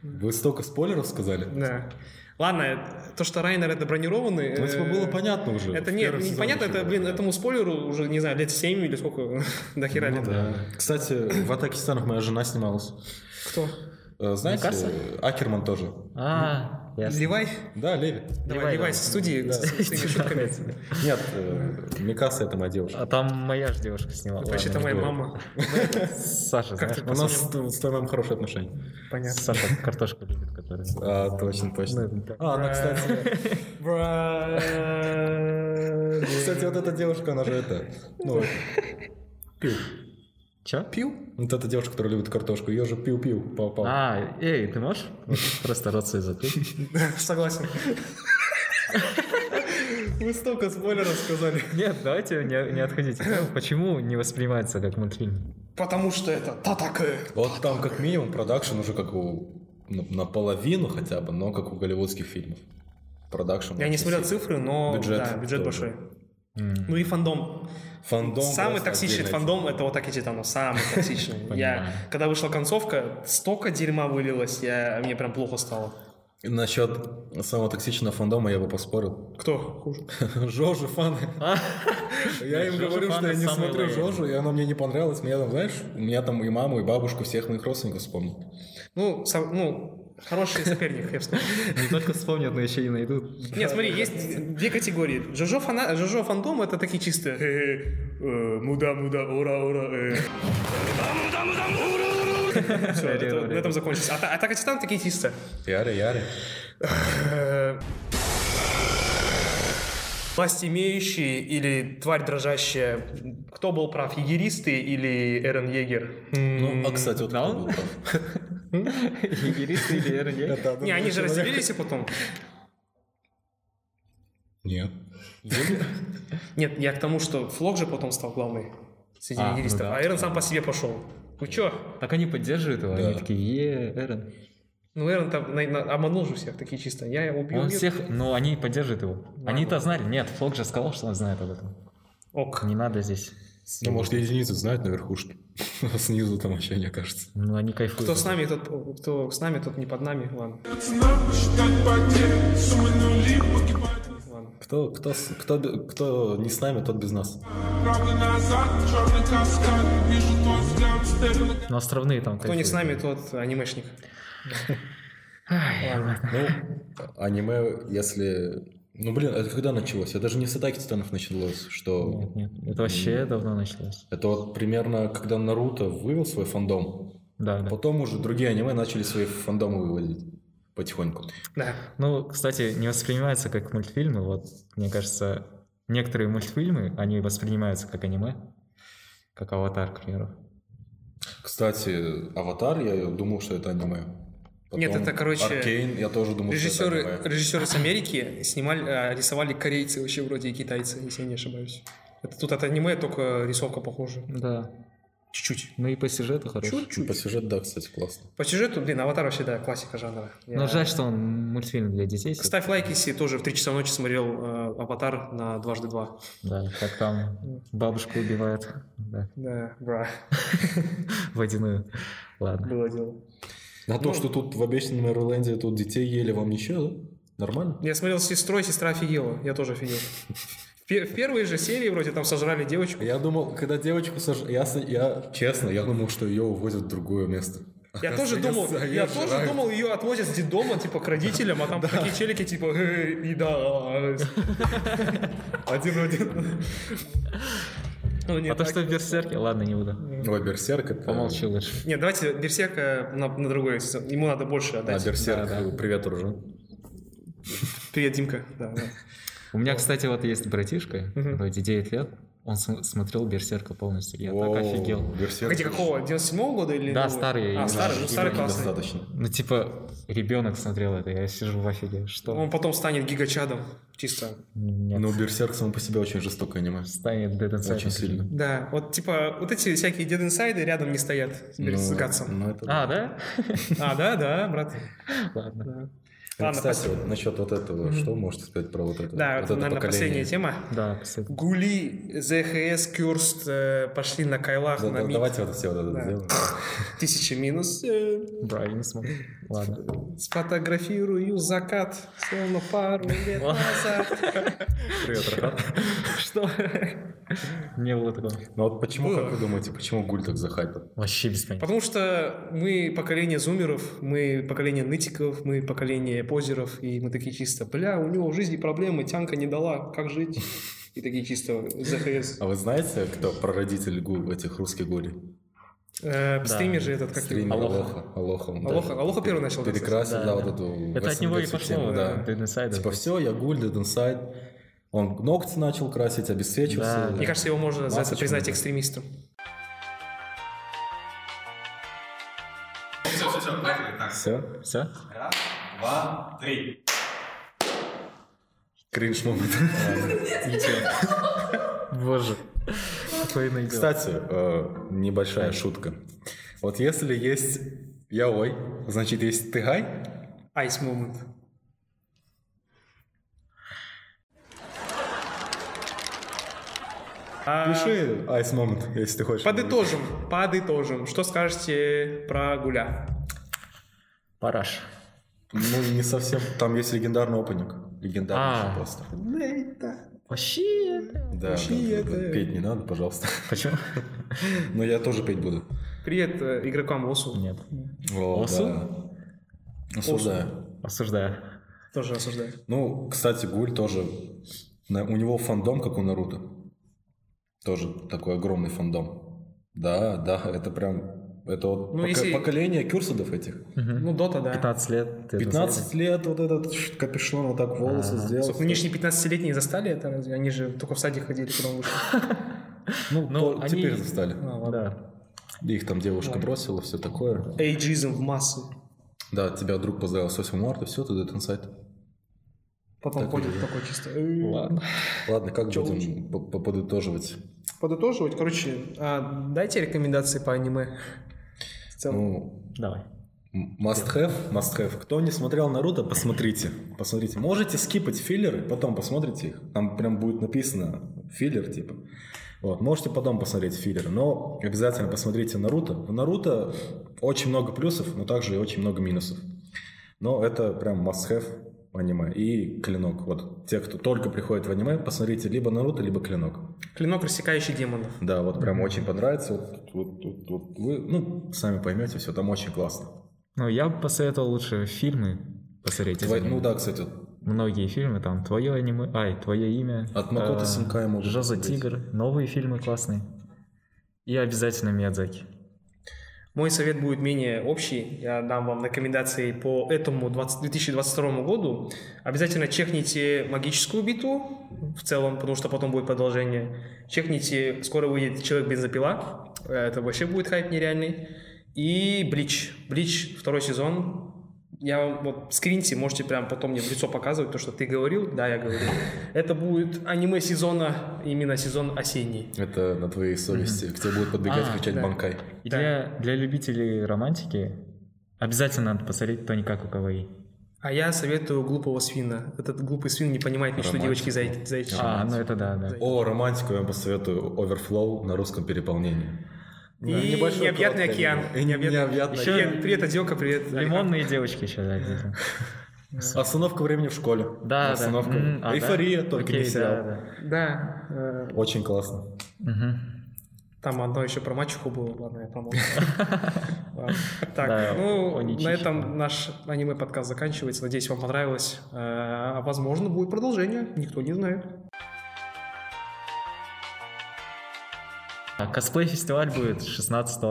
Speaker 2: Вы столько спойлеров сказали.
Speaker 1: Да. Ладно, то, что Райнер это бронированный...
Speaker 2: Ну, типа,
Speaker 1: э,
Speaker 2: было понятно уже.
Speaker 1: Это
Speaker 2: В
Speaker 1: не,
Speaker 2: первом
Speaker 1: не
Speaker 2: сезоне
Speaker 1: понятно,
Speaker 2: еще
Speaker 1: это,
Speaker 2: было
Speaker 1: блин,
Speaker 2: понятно.
Speaker 1: этому спойлеру уже, не знаю, лет 7 или сколько [LAUGHS] до хера лет.
Speaker 2: Ну Кстати, в «Атаке Титанов» моя жена снималась.
Speaker 1: Кто?
Speaker 2: Э, Знаете,
Speaker 3: Микаса?
Speaker 2: э, Акерман тоже.
Speaker 3: А, ясно.
Speaker 1: Левай?
Speaker 2: Да, Леви.
Speaker 1: Давай,
Speaker 3: Левай,
Speaker 1: Левай,
Speaker 3: да.
Speaker 1: со студии с своими
Speaker 2: [LAUGHS]
Speaker 1: шутками.
Speaker 2: Нет, э, Микаса — это моя девушка.
Speaker 3: А там моя же девушка снимала.
Speaker 1: Вообще, это моя
Speaker 3: Ладно, не
Speaker 1: мама.
Speaker 3: буду. Саша,
Speaker 1: Как
Speaker 3: знаешь, ну,
Speaker 1: ты
Speaker 2: У нас с с тобой хорошие отношения.
Speaker 1: Понятно.
Speaker 3: Саша картошку любит, которая...
Speaker 2: А, точно, точно.
Speaker 3: Ну, это-
Speaker 2: А, она, кстати, кстати, вот эта девушка, она же это, ну,
Speaker 3: Чё?
Speaker 1: Пил?
Speaker 2: вот эта девушка, которая любит картошку, ее же пил-пил, попал.
Speaker 3: А, эй, ты можешь вот просто рот свой закрыть?
Speaker 1: [LAUGHS] Согласен. [LAUGHS] Вы столько спойлеров сказали.
Speaker 3: Нет, давайте не,
Speaker 1: [LAUGHS]
Speaker 3: не отходите. Ну, Почему не воспринимается как мультфильм?
Speaker 1: Потому что это татаке.
Speaker 2: Вот там как минимум продакшн уже как у ну, наполовину хотя бы, но как у голливудских фильмов. Продакшн.
Speaker 1: Я не
Speaker 2: очень
Speaker 1: смотрел
Speaker 2: сильный.
Speaker 1: цифры, но
Speaker 2: Бюджет
Speaker 1: да, бюджет
Speaker 2: тоже.
Speaker 1: большой. Ну и фандом.
Speaker 2: Фандом.
Speaker 1: Самый
Speaker 2: просто
Speaker 1: токсичный
Speaker 2: отдельная
Speaker 1: фандом это вот так и Титанов. Самый токсичный.
Speaker 3: Понимаю.
Speaker 1: Я, когда вышла концовка, столько дерьма вылилось, я, мне прям плохо стало.
Speaker 2: тема. Насчет самого токсичного фандома я бы поспорил.
Speaker 1: Кто хуже?
Speaker 2: Жожи фаны. Я им
Speaker 3: Жожи
Speaker 2: говорю, что я
Speaker 3: фаны
Speaker 2: не
Speaker 3: самые
Speaker 2: смотрю
Speaker 3: лояльные.
Speaker 2: Жожу, и она мне не понравилась. Меня там, знаешь, у меня там и маму, и бабушку, всех моих родственников вспомнил.
Speaker 1: Ну, сам- ну, хороший соперник, я бы сказал.
Speaker 3: Не только вспомнят, но еще и найдут.
Speaker 1: Нет, смотри, есть две категории. Жожо, фана... Жожо фандом это такие чистые. э, э, муда, муда, ура, ура. э. Всё, это- на этом закончится. А та- Атака Титан такие чисто.
Speaker 2: Яре, яре.
Speaker 1: э, Власть имеющие или тварь дрожащая? Кто был прав, егеристы или Эрен Егер?
Speaker 2: Ну, а, кстати, вот кто был прав?
Speaker 3: Егеристы или Эрни?
Speaker 2: Это
Speaker 1: Не,
Speaker 2: одно-
Speaker 1: они же разделились и потом.
Speaker 2: Нет.
Speaker 1: Нет, я к тому, что Флок же потом стал главный среди
Speaker 3: А, ну
Speaker 1: егеристов,
Speaker 3: да.
Speaker 1: а Эрен сам по себе пошел. Вы чё?
Speaker 3: Так они поддерживают его, они
Speaker 2: Да.
Speaker 3: такие, е, Эрен.
Speaker 1: Ну, Эрон там на- на- обманул же всех, такие чисто. Я его убью.
Speaker 3: Он
Speaker 1: мир.
Speaker 3: всех, но они поддерживают его. Они-то знали, нет, Флок же сказал, что он знает об этом.
Speaker 1: Ок.
Speaker 3: Не надо здесь.
Speaker 7: [LAUGHS]
Speaker 2: Ну, может, единицы знают на верхушке.
Speaker 7: Снизу там вообще не окажется.
Speaker 3: Ну, они кайфуют.
Speaker 1: Кто с нами, тот, кто с нами, тот не под нами. Ладно. Ладно.
Speaker 2: Кто, кто, с- кто, бе- кто не с нами, тот без нас.
Speaker 3: Но островные там
Speaker 1: Кто не с нами, тот анимешник. Ладно.
Speaker 2: Ну, аниме, если... Ну, блин, это когда началось? Это даже не с Атаки Титанов началось, что...
Speaker 7: Ну.
Speaker 3: Нет, нет. Это вообще давно началось.
Speaker 2: Это вот примерно, когда Наруто вывел свой фандом,
Speaker 3: Да, да.
Speaker 2: потом уже другие аниме начали свои фандомы выводить потихоньку.
Speaker 1: Да.
Speaker 3: Ну, кстати, не воспринимается как мультфильмы. Вот, мне кажется, некоторые мультфильмы, они воспринимаются как аниме. Как аватар, к примеру.
Speaker 2: Кстати, Аватар, я думал, что это аниме.
Speaker 1: Нет, это, короче,
Speaker 2: Аркейн, я тоже думал, что это
Speaker 1: Режиссеры,
Speaker 2: аниме.
Speaker 1: режиссеры с Америки снимали, а, рисовали корейцы вообще вроде и китайцы, если я не ошибаюсь. Это тут от аниме только рисовка похожа.
Speaker 3: Да.
Speaker 1: Чуть-чуть.
Speaker 3: Ну и по сюжету хорошо.
Speaker 1: Чуть-чуть.
Speaker 2: По сюжету, да, кстати, классно.
Speaker 1: По сюжету, блин, аватар вообще, да, классика жанра. Я-
Speaker 3: Но Ну, жаль, что он мультфильм для детей.
Speaker 1: Ставь лайк, если тоже в 3 часа ночи смотрел э, «Аватар» на дважды два.
Speaker 3: Да, как там бабушку убивает. Да, [LAUGHS]
Speaker 1: Да, бра, [LAUGHS]
Speaker 3: водяную. Ладно.
Speaker 1: было дело.
Speaker 2: А то, что тут в обещанном Эрленде тут детей ели, вам ничего, да? Нормально?
Speaker 1: Я смотрел с сестрой, сестра офигела, я тоже [LAUGHS] офигел. В пе- В первой же серии вроде там сожрали девочку.
Speaker 2: Я думал, когда девочку сож... я, с- я, честно, я думал, что ее увозят в другое место.
Speaker 1: Я тоже думал, я тоже думал, ее отвозят с детдома, типа, к родителям, а там такие челики, типа, «Э,
Speaker 3: [LAUGHS]
Speaker 1: еда. Один в один. Ну,
Speaker 3: А
Speaker 1: нет,
Speaker 3: то,
Speaker 1: так.
Speaker 3: что в Берсерке... Ладно, не буду.
Speaker 2: Ой, Берсерк это...
Speaker 3: Помолчу лучше.
Speaker 1: Нет, давайте Берсерка на, на другой, ему надо больше
Speaker 2: А,
Speaker 1: отдать.
Speaker 2: Берсерк, привет, Ружин.
Speaker 1: Привет, Димка. Да, да.
Speaker 3: У меня, кстати, вот есть братишка,
Speaker 1: Мгм.
Speaker 3: вроде 9 лет. Он см- смотрел Берсерка полностью. Я так офигел.
Speaker 2: Берсерк.
Speaker 1: Погоди, какого? 97-го года или...
Speaker 3: Да,
Speaker 1: нового?
Speaker 3: старый.
Speaker 1: А, старый, ну старый классный.
Speaker 2: Достаточно.
Speaker 3: Ну, типа, ребенок смотрел это, я сижу в офиге. Что?
Speaker 1: Он потом станет гигачадом, чисто.
Speaker 3: Нет.
Speaker 2: Но Берсерк сам по себе очень жестокое аниме.
Speaker 3: станет Dead Inside.
Speaker 2: ну, Очень сильно.
Speaker 1: Да, вот типа вот эти всякие Dead Инсайды рядом не стоят с Бер- с
Speaker 2: Ну,
Speaker 1: Гатсом.
Speaker 2: ну, это
Speaker 3: А, да?
Speaker 1: А, да, да, брат.
Speaker 3: Ладно.
Speaker 1: Да,
Speaker 2: Ну,
Speaker 1: Ладно,
Speaker 2: Кстати,
Speaker 1: спасибо.
Speaker 2: вот насчет вот этого,
Speaker 1: Мгм.
Speaker 2: что можете сказать про вот это?
Speaker 1: Да, это,
Speaker 2: вот это
Speaker 1: наверное,
Speaker 2: поколение?
Speaker 1: последняя тема.
Speaker 3: Да, кстати.
Speaker 1: Гули, ЗХС, Кюрст э, пошли на кайлах
Speaker 2: Да,
Speaker 1: на
Speaker 2: да,
Speaker 1: мид.
Speaker 2: давайте вот все вот это
Speaker 1: Да.
Speaker 2: сделаем.
Speaker 1: Тысяча минус. э,
Speaker 3: Бра, я не смог. Ладно.
Speaker 1: сфотографирую закат, словно пару лет назад.
Speaker 2: Привет, Рахат.
Speaker 3: Что? Не было такого.
Speaker 2: Ну вот почему, как вы думаете, почему Гуль так захайпил?
Speaker 3: Вообще без понятия.
Speaker 1: Потому что мы поколение зумеров, мы поколение нытиков, мы поколение позеров, и мы такие чисто, бля, у него в жизни проблемы, тянка не дала, как жить? И такие чисто ЗХС.
Speaker 2: А вы знаете, кто прародитель гу, этих русских гулей?
Speaker 1: Э, Стример же этот, как
Speaker 2: Стрим
Speaker 1: его?
Speaker 2: Алоха. Алоха. он
Speaker 1: Алоха-
Speaker 2: даже
Speaker 1: Алоха первый
Speaker 2: пере-
Speaker 1: начал, да,
Speaker 2: Перекрасил,
Speaker 3: кстати.
Speaker 2: да,
Speaker 3: Да,
Speaker 2: вот
Speaker 3: да.
Speaker 2: эту...
Speaker 3: Это от него и
Speaker 2: SNG
Speaker 3: пошло,
Speaker 2: систему,
Speaker 3: э, да. Dead Inside.
Speaker 2: Типа все, я гуль, Dead Inside. Он ногти начал красить,
Speaker 3: Да,
Speaker 2: обесцвечивался.
Speaker 1: Мне кажется, его можно за это
Speaker 2: Масочку
Speaker 1: признать
Speaker 2: надо.
Speaker 1: экстремистом.
Speaker 2: Все.
Speaker 3: Все?
Speaker 2: Кринж момент.
Speaker 3: Боже. Какой наебал.
Speaker 2: Кстати, э, небольшая шутка. Вот если есть яой, значит есть тыгай,
Speaker 1: Ice Moment. А,
Speaker 2: пиши айс момент, если ты хочешь.
Speaker 1: Подытожим, подытожим. Что скажете про Гуля?
Speaker 3: Параш.
Speaker 2: Ну, не совсем. Там есть легендарный опенинг. Легендарный
Speaker 3: А.
Speaker 2: еще просто.
Speaker 3: Вообще.
Speaker 2: Да,
Speaker 1: Вообще
Speaker 2: да, да, да.
Speaker 1: это-
Speaker 2: петь не надо, пожалуйста. [LAUGHS]
Speaker 3: Почему?
Speaker 2: Но я тоже петь буду.
Speaker 1: Привет э, игрокам ОСУ.
Speaker 3: Нет.
Speaker 2: О,
Speaker 3: Осу?
Speaker 2: да. Осуждаю.
Speaker 3: Осуждаю.
Speaker 1: Тоже осуждаю.
Speaker 2: Ну, кстати, Гуль тоже... на- У него фандом, как у Наруто. Тоже такой огромный фандом. Да, да, это прям... Это вот
Speaker 1: Ну,
Speaker 2: поко-
Speaker 1: если-
Speaker 2: поколение кюрсидов этих.
Speaker 3: Мгм.
Speaker 1: Ну, Дота, да.
Speaker 3: 15 лет. ты это
Speaker 2: 15 лет вот этот ш- капюшон вот так волосы
Speaker 3: Ага.
Speaker 2: сделал.
Speaker 1: Собственно, А, Нынешние 15-летние застали это разве? Они же только в садик ходили, когда он [LAUGHS] вышел.
Speaker 2: Ну,
Speaker 3: Ну,
Speaker 2: то-
Speaker 3: они-
Speaker 2: теперь застали.
Speaker 1: А,
Speaker 3: знаешь.
Speaker 1: ладно.
Speaker 3: Да.
Speaker 2: Их там девушка бросила, все такое.
Speaker 1: Эйджизм в массы.
Speaker 2: Да, тебя друг поздравил с 8 марта, все, ты Dead Inside.
Speaker 1: Потом
Speaker 2: Так
Speaker 1: ходит
Speaker 2: и-
Speaker 1: такой чисто. «Э,
Speaker 3: Ладно.
Speaker 2: Ладно, как
Speaker 1: Чё
Speaker 2: будем по- по- подытоживать?
Speaker 1: Подытоживать, короче, а, дайте рекомендации по аниме. В целом.
Speaker 2: Ну,
Speaker 3: Давай.
Speaker 2: м- must have, must have. Кто не смотрел Наруто, посмотрите. Посмотрите. Можете скипать филлеры, потом посмотрите их. Там прям будет написано филлер, типа.
Speaker 4: Вот, можете потом посмотреть филлеры, но обязательно посмотрите Наруто. В Наруто очень много плюсов, но также и очень много минусов. Но это прям must-have аниме. И Клинок. Вот те, кто только приходит в аниме, посмотрите либо Наруто, либо Клинок.
Speaker 1: Клинок, рассекающий демонов.
Speaker 4: Да, вот прям очень понравится. Вот, вот- вот- вот вы, ну, сами поймете, все там очень классно.
Speaker 3: Ну, я бы посоветовал лучше фильмы посмотреть. из
Speaker 4: Твой-
Speaker 3: аниме.
Speaker 4: ну да, кстати, вот
Speaker 3: Многие фильмы, там, твое аниме, ай, твое имя.
Speaker 4: От Макото
Speaker 3: э,
Speaker 4: Синкай может
Speaker 3: Жоза
Speaker 4: быть.
Speaker 3: Тигр, новые фильмы классные. И обязательно Миядзаки.
Speaker 1: Мой совет будет менее общий. Я дам вам рекомендации по этому 20 2022 году. Обязательно чекните «Магическую битву» в целом, потому что потом будет продолжение. Чекните, скоро выйдет «Человек-бензопила». Это вообще будет хайп нереальный. И «Блич». «Блич» второй сезон. Я вам вот скриньте, можете прям потом мне в лицо показывать то, что ты говорил. Да, я говорил. Это будет аниме сезона, именно сезон осенний.
Speaker 4: это на твоей совести. К тебе будут подбегать
Speaker 3: А,
Speaker 4: и кричать
Speaker 1: да.
Speaker 4: банкай.
Speaker 3: И
Speaker 1: Да.
Speaker 3: для, для любителей романтики обязательно надо посмотреть Тони Как у Каваи.
Speaker 1: А я советую глупого свина. Этот глупый свин не понимает мечту
Speaker 4: Романтика.
Speaker 1: девочки зай- зайчи.
Speaker 3: А, ну это да, да.
Speaker 4: О, романтику я вам посоветую Overflow на русском переполнении.
Speaker 1: И
Speaker 4: Небольшое
Speaker 1: необъятный
Speaker 4: короткое
Speaker 1: океан.
Speaker 4: аниме. И необъятный
Speaker 3: Ещё-
Speaker 4: океан.
Speaker 1: Привет, привет, Одека, привет.
Speaker 3: Лимонные девочки еще, да, где-то.
Speaker 4: Остановка времени в школе.
Speaker 3: Да, да.
Speaker 4: Остановка.
Speaker 3: М, а, да.
Speaker 4: Эйфория, только
Speaker 3: Окей,
Speaker 4: не сериал.
Speaker 3: да, да.
Speaker 1: Да. э,
Speaker 4: Очень классно. [LAUGHS]
Speaker 3: Мгм.
Speaker 1: Там одно еще про мачеху было, ладно, я промолчу. Ладно.
Speaker 3: Да,
Speaker 1: Так, ну,
Speaker 3: он не
Speaker 1: на
Speaker 3: чищет, да.
Speaker 1: этом наш аниме-подкаст заканчивается. Надеюсь, вам понравилось. Э, Возможно, будет продолжение, никто не знает.
Speaker 3: А Косплей-фестиваль будет 16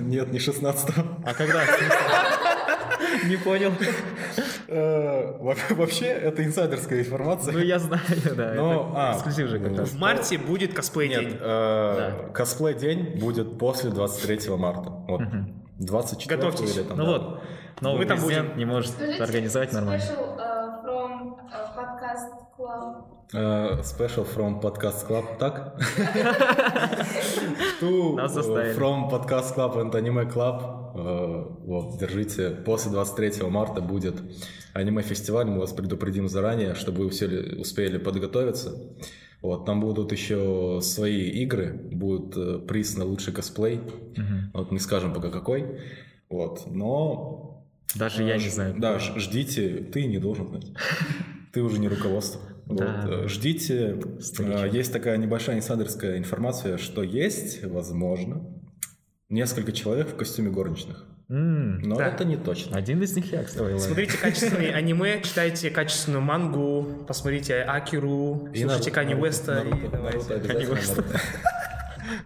Speaker 4: Нет, не 16
Speaker 3: А
Speaker 4: [LAUGHS]
Speaker 3: когда? в смысле?
Speaker 1: Не понял.
Speaker 4: Вообще, это инсайдерская информация.
Speaker 3: Ну, я знаю, да.
Speaker 4: Ну,
Speaker 3: это
Speaker 4: а,
Speaker 3: эксклюзив же как
Speaker 4: ну,
Speaker 3: раз.
Speaker 1: В марте будет
Speaker 4: Нет,
Speaker 1: косплей-день.
Speaker 4: э, косплей-день будет после 23 марта. Вот.
Speaker 3: Мгм.
Speaker 4: 24
Speaker 1: Готовьтесь.
Speaker 4: или там,
Speaker 3: Ну
Speaker 4: да.
Speaker 3: вот, новый
Speaker 1: Мы там
Speaker 3: президент не может
Speaker 5: Скажите,
Speaker 3: организовать нормально.
Speaker 5: Special э, from э, podcast club.
Speaker 4: Э, Special from Podcast Club, так?
Speaker 3: [LAUGHS]
Speaker 4: To
Speaker 3: Нас
Speaker 4: э,
Speaker 3: заставили.
Speaker 4: from Podcast Club and Anime Club. Э, Вот, держите. После 23 марта будет аниме-фестиваль. Мы вас предупредим заранее, чтобы вы все ли- успели подготовиться. Вот, там будут еще свои игры, будет э, приз на лучший косплей.
Speaker 3: Мгм.
Speaker 4: Вот не скажем пока какой. Вот, но...
Speaker 3: Даже я
Speaker 4: э,
Speaker 3: не
Speaker 4: ж-
Speaker 3: знаю.
Speaker 4: Да, ж- ждите, ты не должен знать. Ты уже не руководство.
Speaker 3: Да.
Speaker 4: Вот, э, Ждите.
Speaker 3: Встреча.
Speaker 4: Э, Есть такая небольшая инсайдерская информация, что есть, возможно, несколько человек в костюме горничных.
Speaker 3: М,
Speaker 4: Но
Speaker 1: Да.
Speaker 4: это не точно.
Speaker 3: Один из них я, кстати. Ой, ладно.
Speaker 1: Смотрите качественные аниме, читайте качественную мангу, посмотрите Акиру,
Speaker 4: И
Speaker 1: слушайте
Speaker 4: Нару-
Speaker 1: Кани
Speaker 4: Наруто-
Speaker 1: Уэста. и
Speaker 4: Наруто-
Speaker 1: давайте.
Speaker 4: Наруто обязательно
Speaker 3: Канье Уэст.
Speaker 4: Наруто.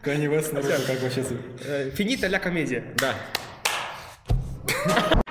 Speaker 4: Канье Уэст, Наруто, как вообще...
Speaker 1: Э, Финита ля комедия.
Speaker 3: Да.